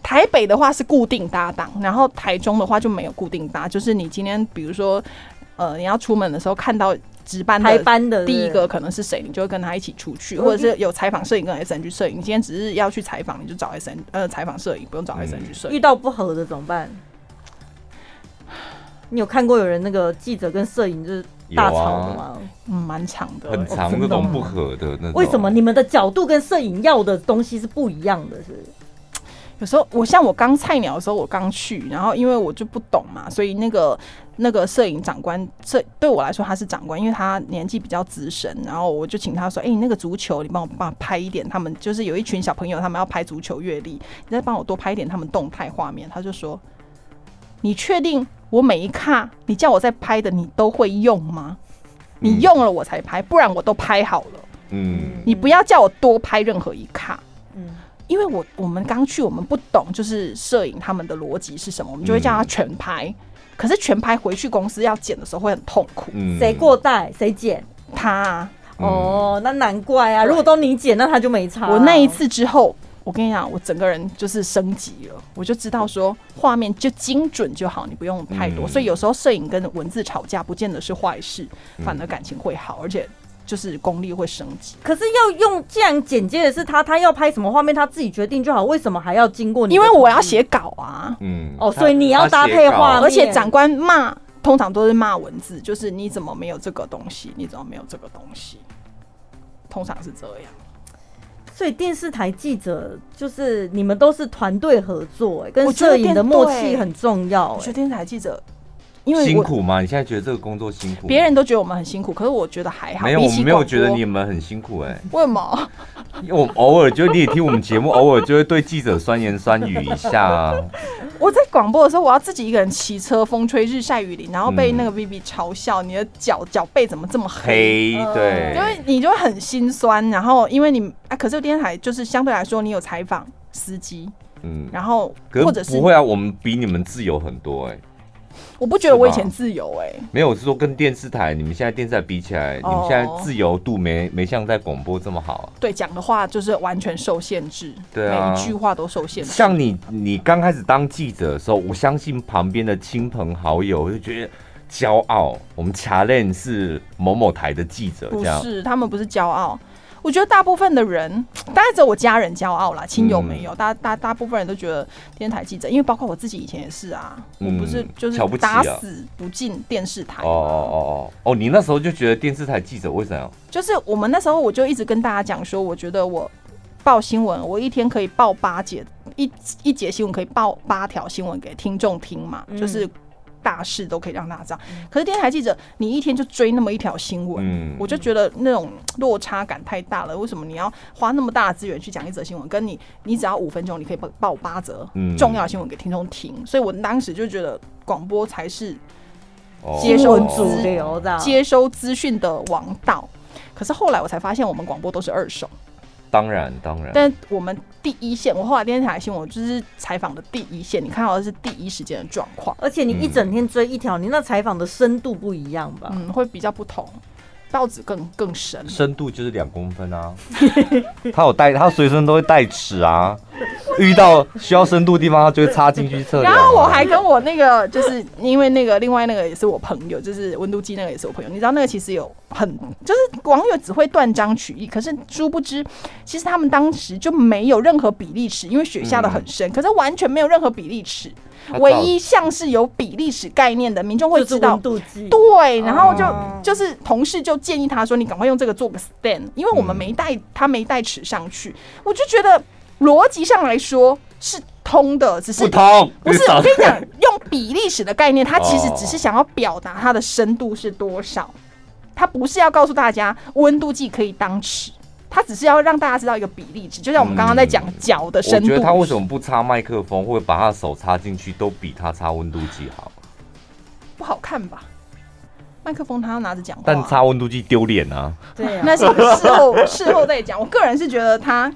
Speaker 2: 台北的话是固定搭档，然后台中的话就没有固定搭，就是你今天比如说，呃，你要出门的时候看到值班
Speaker 3: 排
Speaker 2: 的。
Speaker 3: 班的
Speaker 2: 第一个可能是谁，你就会跟他一起出去，或者是有采访摄影跟 S N 去摄影。你今天只是要去采访，你就找 S N 呃采访摄影，不用找 S N 去摄
Speaker 3: 遇
Speaker 2: 影。
Speaker 3: 到不合的怎么办？你有看过有人那个记者跟摄影就是大吵的吗？
Speaker 2: 嗯，蛮长的、
Speaker 1: 啊很
Speaker 3: 哦
Speaker 1: 长
Speaker 3: 真的
Speaker 1: 那种
Speaker 3: 吗
Speaker 1: 不合的那种。
Speaker 3: 为
Speaker 2: 啊
Speaker 3: 什么？你们的角度跟摄影要的东西是不一样的？是不是？
Speaker 2: 有时候我像我刚菜鸟的时候，我刚去，然后因为我就不懂嘛，所以那个那个摄影长官，这对我来说他是长官，因为他年纪比较资深，然后我就请他说：“哎、你那个足球，你帮我帮我拍一点，他们就是有一群小朋友，他们要拍足球阅历，你再帮我多拍一点他们动态画面。”他就说：“你确定我每一卡你叫我在拍的你都会用吗？你
Speaker 1: 嗯
Speaker 2: 用了我才拍，不然我都拍好了。
Speaker 1: 嗯，
Speaker 2: 你不要叫我多拍任何一卡。”
Speaker 3: 嗯，
Speaker 2: 因为我我们刚去，我们不懂就是摄影他们的逻辑是什么，我们就会叫他全拍。可是全拍回去公司要剪的时候会很痛苦。
Speaker 1: 嗯
Speaker 3: 谁过带谁剪？
Speaker 2: 他啊、
Speaker 1: 嗯
Speaker 3: 哦，那难怪啊！如果都你剪，那他就没差。
Speaker 2: 我那一，次之后，我跟你讲，我整个人就是升级了，我就知道说画面就精准就好，你不用太多。
Speaker 1: 嗯
Speaker 2: 所以有时候摄影跟文字吵架不见得是坏事，反而感情会好，而且就是功力会升级。
Speaker 3: 可是要用，既然剪接的是他，他要拍什么画面他自己决定就好，为什么还要经哦过你？
Speaker 2: 因为我要。写稿啊，
Speaker 1: 嗯
Speaker 3: 哦
Speaker 1: 他
Speaker 3: 所以你要
Speaker 1: 他
Speaker 3: 搭
Speaker 1: 写
Speaker 3: 配
Speaker 1: 稿
Speaker 3: 画面
Speaker 2: 而且长官骂通常都是骂文字，就是你怎么没有这个东西？你怎么没有这个东西？通常是这样。
Speaker 3: 所以电视台记者就是你们都是团队合作、哎，
Speaker 2: 我
Speaker 3: 跟
Speaker 2: 觉得
Speaker 3: 摄影的默
Speaker 2: 电
Speaker 3: 契
Speaker 2: 对
Speaker 3: 很重要、
Speaker 2: 我觉得，
Speaker 3: 哎
Speaker 2: 电视台记者，因为
Speaker 1: 辛
Speaker 2: 我
Speaker 1: 苦吗？你现在觉得这个工作辛苦吗？
Speaker 2: 别人都觉得我们很辛苦，可是我觉得还好。
Speaker 1: 没有，
Speaker 2: 比
Speaker 1: 我
Speaker 2: 起
Speaker 1: 们没有
Speaker 2: 广
Speaker 1: 觉得
Speaker 2: 播
Speaker 1: 你们很辛苦哎、
Speaker 2: 为什么？ [LAUGHS]
Speaker 1: 因为我们偶尔就你也听我们节目，偶尔就会对记者酸言酸语一下啊。
Speaker 2: [LAUGHS] 我在广播的时候，我要自己一个人骑车，风吹日晒雨淋，然后被
Speaker 1: 嗯
Speaker 2: 那个 Vivi 嘲笑，你的脚脚背怎么这么黑？
Speaker 1: 黑
Speaker 3: 嗯
Speaker 1: 对，
Speaker 2: 因为你就会很心酸，然后因为你啊，可是电视台就是相对来说，你有采访司机，
Speaker 1: 嗯，
Speaker 2: 然后或
Speaker 1: 可
Speaker 2: 者
Speaker 1: 是
Speaker 2: 是
Speaker 1: 不会啊，我们比你们自由很多哎、
Speaker 2: 我不觉得我以
Speaker 1: 是吧
Speaker 2: 前自由哎、欸
Speaker 1: 没有，我是说跟电视台，你们现在电视台比起来，你
Speaker 2: 哦
Speaker 1: 们现在自由度没没像在广播这么好啊、
Speaker 2: 对讲的话就是完全受限制，
Speaker 1: 对啊
Speaker 2: 每一句话都受限制。
Speaker 1: 像你，你刚开始当记者的时候，我相信旁边的亲朋好友就觉得骄傲，我们卡链是某某台的记者
Speaker 2: 不
Speaker 1: 这样。
Speaker 2: 是，他们不是骄傲。我觉得大部分的人，嗯当然只有我家人骄傲啦，亲友
Speaker 1: 嗯
Speaker 2: 没有。大大大部分人都觉得电视台记者，因为包括我自己以前也是啊，
Speaker 1: 嗯
Speaker 2: 我不是就是
Speaker 1: 瞧不起啊
Speaker 2: 打死不进电视台
Speaker 1: 哦
Speaker 2: 嘛
Speaker 1: 哦哦哦哦，你那时候就觉得电视台记者为什么？
Speaker 2: 就是我们那时候我就一直跟大家讲说，我觉得我报新闻，我一天可以报八节，一一节新闻可以报八条新闻给听众听嘛，
Speaker 3: 嗯
Speaker 2: 就是大事都可以让大家知道。可是电视台记者，你一天就追那么一条新闻。
Speaker 1: 嗯，
Speaker 2: 我就觉得那种落差感太大了，为什么你要花那么大的资源去讲一则新闻？跟你你只要五分钟，你可以报报八则
Speaker 1: 嗯
Speaker 2: 重要的新闻给听众听，所以我当时就觉得广播才是
Speaker 1: 哦
Speaker 2: 接受
Speaker 3: 文
Speaker 2: 资
Speaker 3: 主流的，
Speaker 2: 接收资讯的王道。可是后来我才发现，我们广播都是二手，
Speaker 1: 当然当然，
Speaker 2: 但我们第一线，我后来电视台新闻我就是采访的第一线，你看到的是第一时间的状况，
Speaker 3: 而且你一整天追一条，你那采访的深度不一样吧？
Speaker 2: 嗯，会比较不同。报纸更更深，
Speaker 1: 深度就是两公分
Speaker 2: [LAUGHS]
Speaker 1: 啊，他有带，他随身都会带尺啊，遇到需要深度的地方，他就会插进去测量
Speaker 2: 然
Speaker 1: 啊。
Speaker 2: 后我还跟我那个，就是因为那个另外那个也是我朋友，就是温度计那个也是我朋友。你知道那个其实有很，就是网友只会断章取义，可是殊不知，其实他们当时就没有任何比例尺，因为雪下的很深，可是完全没有任何比例尺
Speaker 1: 他。
Speaker 2: 唯
Speaker 1: 早
Speaker 2: 一像是有比例尺概念的民众会
Speaker 3: 就
Speaker 2: 知
Speaker 3: 是
Speaker 2: 道
Speaker 3: 温，度计。
Speaker 2: 对，然后就、
Speaker 3: 哦
Speaker 2: 就是同事就建议他说：“你赶快用这个做个 stand，因为我们
Speaker 1: 嗯
Speaker 2: 没带、他没带尺上去。”我就觉得逻辑上来说是通的，只
Speaker 1: 不
Speaker 2: 是
Speaker 1: 通，
Speaker 2: 不是，
Speaker 1: 你少
Speaker 2: 我跟你讲，用比例尺的概念，它其实
Speaker 1: 哦
Speaker 2: 只是想要表达它的深度是多少，它不是要告诉大家温度计可以当尺，它只是要让大家知道一个比例值。就像我们刚刚在讲
Speaker 1: 嗯
Speaker 2: 脚的
Speaker 1: 我
Speaker 2: 深
Speaker 1: 觉
Speaker 2: 度，
Speaker 1: 得他为什么不插麦克风，或者把他的手插进去，都比他插温度计好。
Speaker 2: 不好看吧？麦克风他要拿着讲话，啊
Speaker 1: 但擦温度计丢脸啊！
Speaker 3: 对
Speaker 2: [LAUGHS]
Speaker 3: 啊，
Speaker 2: 那是事后事后再讲。我个人是觉得他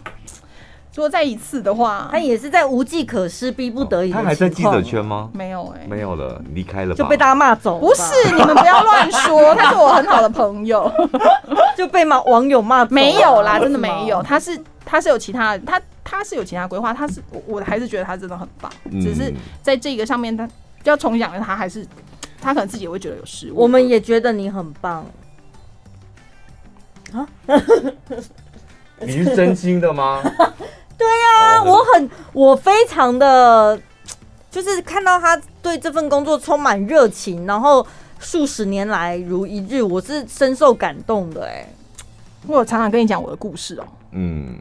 Speaker 2: 如果再一次的话
Speaker 3: 他，也是在无计可施、逼不得已的
Speaker 1: 他还在记
Speaker 3: 情况
Speaker 1: 者圈吗？
Speaker 2: 没有哎、
Speaker 1: 没有了，离开了吧，
Speaker 3: 就被大家骂走了吧，
Speaker 2: 不是你们不要乱说，他是我很好的朋
Speaker 3: [LAUGHS]
Speaker 2: 友，
Speaker 3: 就被骂网友骂走了
Speaker 2: 没有
Speaker 3: [LAUGHS]
Speaker 2: 啦，
Speaker 3: 为
Speaker 2: 真的
Speaker 3: 什么
Speaker 2: 没有，他是他是有其他他他是有其他规划，他是我我还是觉得他真的很棒，
Speaker 1: 嗯
Speaker 2: 只是在这个上面他要重讲的他还是他可能自己也会觉得有失误，
Speaker 3: 我们也觉得你很棒，
Speaker 1: 你是真心的
Speaker 2: [LAUGHS]
Speaker 1: 吗？对
Speaker 3: 啊我很我非常的，就是看到他对这份工作充满热情，然后数十年来如一日，我是深受感动的、哎，
Speaker 2: 我有常常跟你讲我的故事哦、
Speaker 1: 嗯，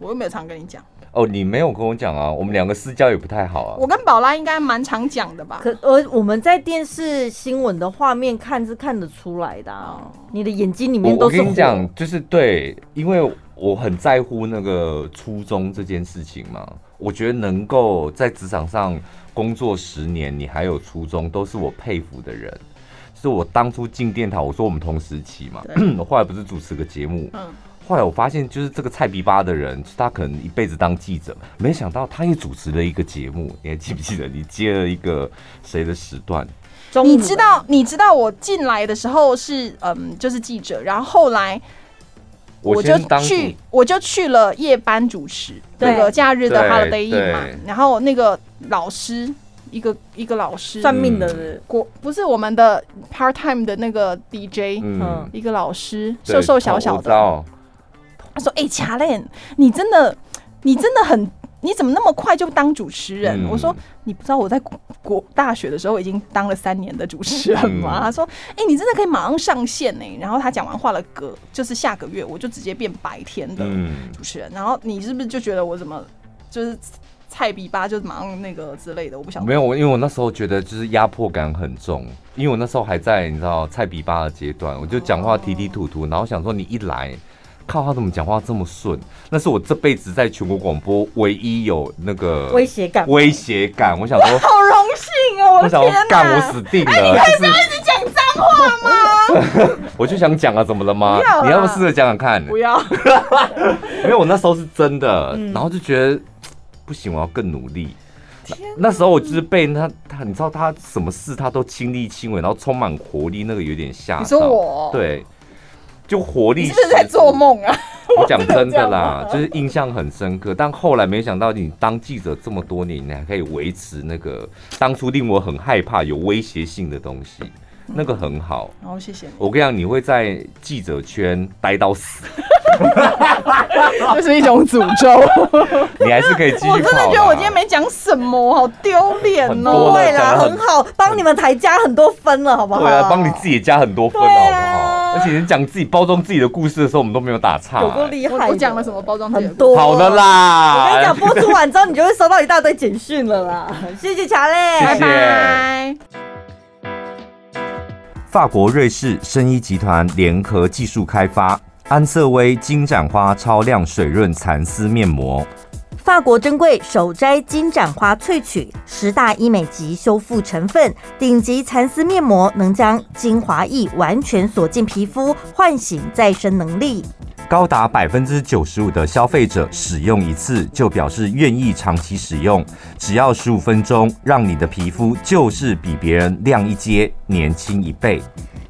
Speaker 2: 我又没有常跟你讲，
Speaker 1: 哦，你没有跟我讲啊，我们两个私交也不太好啊。
Speaker 2: 我跟宝拉应该蛮常讲的吧？
Speaker 3: 可而我们在电视新闻的画面看是看得出来的、啊，你的眼睛里面
Speaker 1: 我哦
Speaker 3: 都
Speaker 1: 我
Speaker 3: 是
Speaker 1: 跟你
Speaker 3: 火
Speaker 1: 讲，就是对，因为我很在乎那个初衷这件事情嘛。我觉得能够在职场上工作十年，你还有初衷，都是我佩服的人。就是我当初进电台，我说我们同时期嘛， [CLEARS THROAT] 我后来不是主持个节目，
Speaker 2: 嗯，
Speaker 1: 后来我发现就是这个菜逼吧的人，他可能一辈子当记者，没想到他也主持了一个节目，你还记不记得？你接了一个谁的时段？
Speaker 3: 中
Speaker 2: 你
Speaker 3: 午
Speaker 2: 知
Speaker 3: 的
Speaker 2: 道，你知道我进来的时候是嗯，就是记者，然后后来我就
Speaker 1: 先当
Speaker 2: 去，我就去了夜班主持
Speaker 3: 对
Speaker 2: 那个假日的
Speaker 1: 对
Speaker 2: holiday inn 嘛
Speaker 1: 对，
Speaker 2: 然后那个老师一个一个老师，
Speaker 3: 算命的
Speaker 1: 嗯
Speaker 3: 人，
Speaker 2: 国不是我们的 part time 的那个 DJ，、
Speaker 1: 嗯，
Speaker 2: 一个老师，
Speaker 1: 对哦
Speaker 2: 瘦瘦小小
Speaker 1: 我知
Speaker 2: 的，
Speaker 1: 道
Speaker 2: 他说：“哎、欸，卡莲，你真的，你真的很，你怎么那么快就当主持人？”
Speaker 1: 嗯
Speaker 2: 我说：“你不知道我在国国大学的时候已经当了三年的主持人吗？”
Speaker 1: 嗯
Speaker 2: 他说：“哎、你真的可以马上上线呢、然后他讲完话了隔，就是下个月我就直接变白天的
Speaker 1: 嗯。
Speaker 2: 主持人。然后你是不是就觉得我怎么就是菜逼吧，就是马上那个之类的？我不想
Speaker 1: 没有，我因为我那时候觉得就是压迫感很重，因为我那时候还在你知道菜比巴的阶段，我就讲话提提吐吐，然后想说你一来，靠他怎么讲话这么顺？那是我这辈子在全国广播唯一有那个
Speaker 3: 威胁感
Speaker 1: 威胁感。我想说，
Speaker 2: 好荣幸哦！
Speaker 1: 我
Speaker 2: 的
Speaker 1: 想说
Speaker 2: 天哪！哎
Speaker 1: 干我死定了，就是
Speaker 2: 讲脏话吗？
Speaker 1: [LAUGHS] 我就想讲啊，怎么了吗
Speaker 2: 不要啦？
Speaker 1: 你要不要试着讲讲看？
Speaker 2: 不要。
Speaker 1: [LAUGHS] 没有，我那时候是真的，
Speaker 2: 嗯
Speaker 1: 然后就觉得嘖不行，我要更努力。那那时候我就是被他他，你知道他什么事他都亲力亲为，然后充满活力，那个有点吓到。
Speaker 2: 你说我
Speaker 1: 对，就活力。
Speaker 2: 你是不是在做？梦啊？
Speaker 1: [LAUGHS] 我讲真的啦
Speaker 2: 我真的这样吗，
Speaker 1: 就是印象很深刻。但后来没想到，你当记者这么多年，你还可以维持那个当初令我很害怕、有威胁性的东西，
Speaker 2: 嗯
Speaker 1: 那个很好。
Speaker 2: 然后谢谢 [LAUGHS] 你，
Speaker 1: 我跟你讲，你会在记者圈待到死，
Speaker 2: 这是一种诅咒。
Speaker 1: 你还是可以继续跑啦。
Speaker 2: 啊 [LAUGHS] 我真的觉得我今天没讲什么，好丢脸
Speaker 1: 很
Speaker 2: 哦
Speaker 1: 多。
Speaker 3: 不会啦，
Speaker 1: 讲得很
Speaker 3: 很好，帮你们台加很多分了，好不好？
Speaker 1: 对啊，帮你自己也加很多分，好
Speaker 3: 对
Speaker 1: 不好？
Speaker 3: 啊
Speaker 1: 而且你讲自己包装自己的故事的时候，我们都没有打岔、
Speaker 3: 有够厉害
Speaker 2: 我我讲了什么包装自己的
Speaker 3: 很多
Speaker 1: 好的。
Speaker 3: 我跟你
Speaker 1: 啦
Speaker 3: 讲，，播出完之后，你就会收到一大堆简讯了啦。 [LAUGHS] 谢谢乔嘞，
Speaker 1: 谢
Speaker 2: 拜
Speaker 1: 谢
Speaker 2: 拜。
Speaker 1: 法国瑞士生医集团联合技术开发安瑟薇金盏花超亮水润蚕丝面膜，
Speaker 3: 法国珍贵手摘金盏花萃取十大医美级修复成分，顶级蚕丝面膜能将精华液完全锁进皮肤，唤醒再生能力。
Speaker 1: 高达百分之九十五的消费者使用一次就表示愿意长期使用，只要十五分钟，让你的皮肤就是比别人亮一阶，年轻一倍。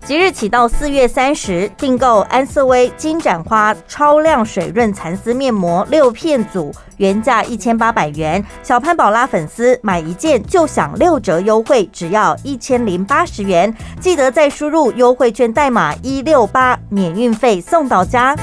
Speaker 3: 即日起到四月三十，订购安瑟薇金盏花超亮水润蚕丝面膜六片组，原价一千八百元。小潘宝拉粉丝买一件就享六折优惠，只要一千零八十元。记得再输入优惠券代码一六八，免运费送到家。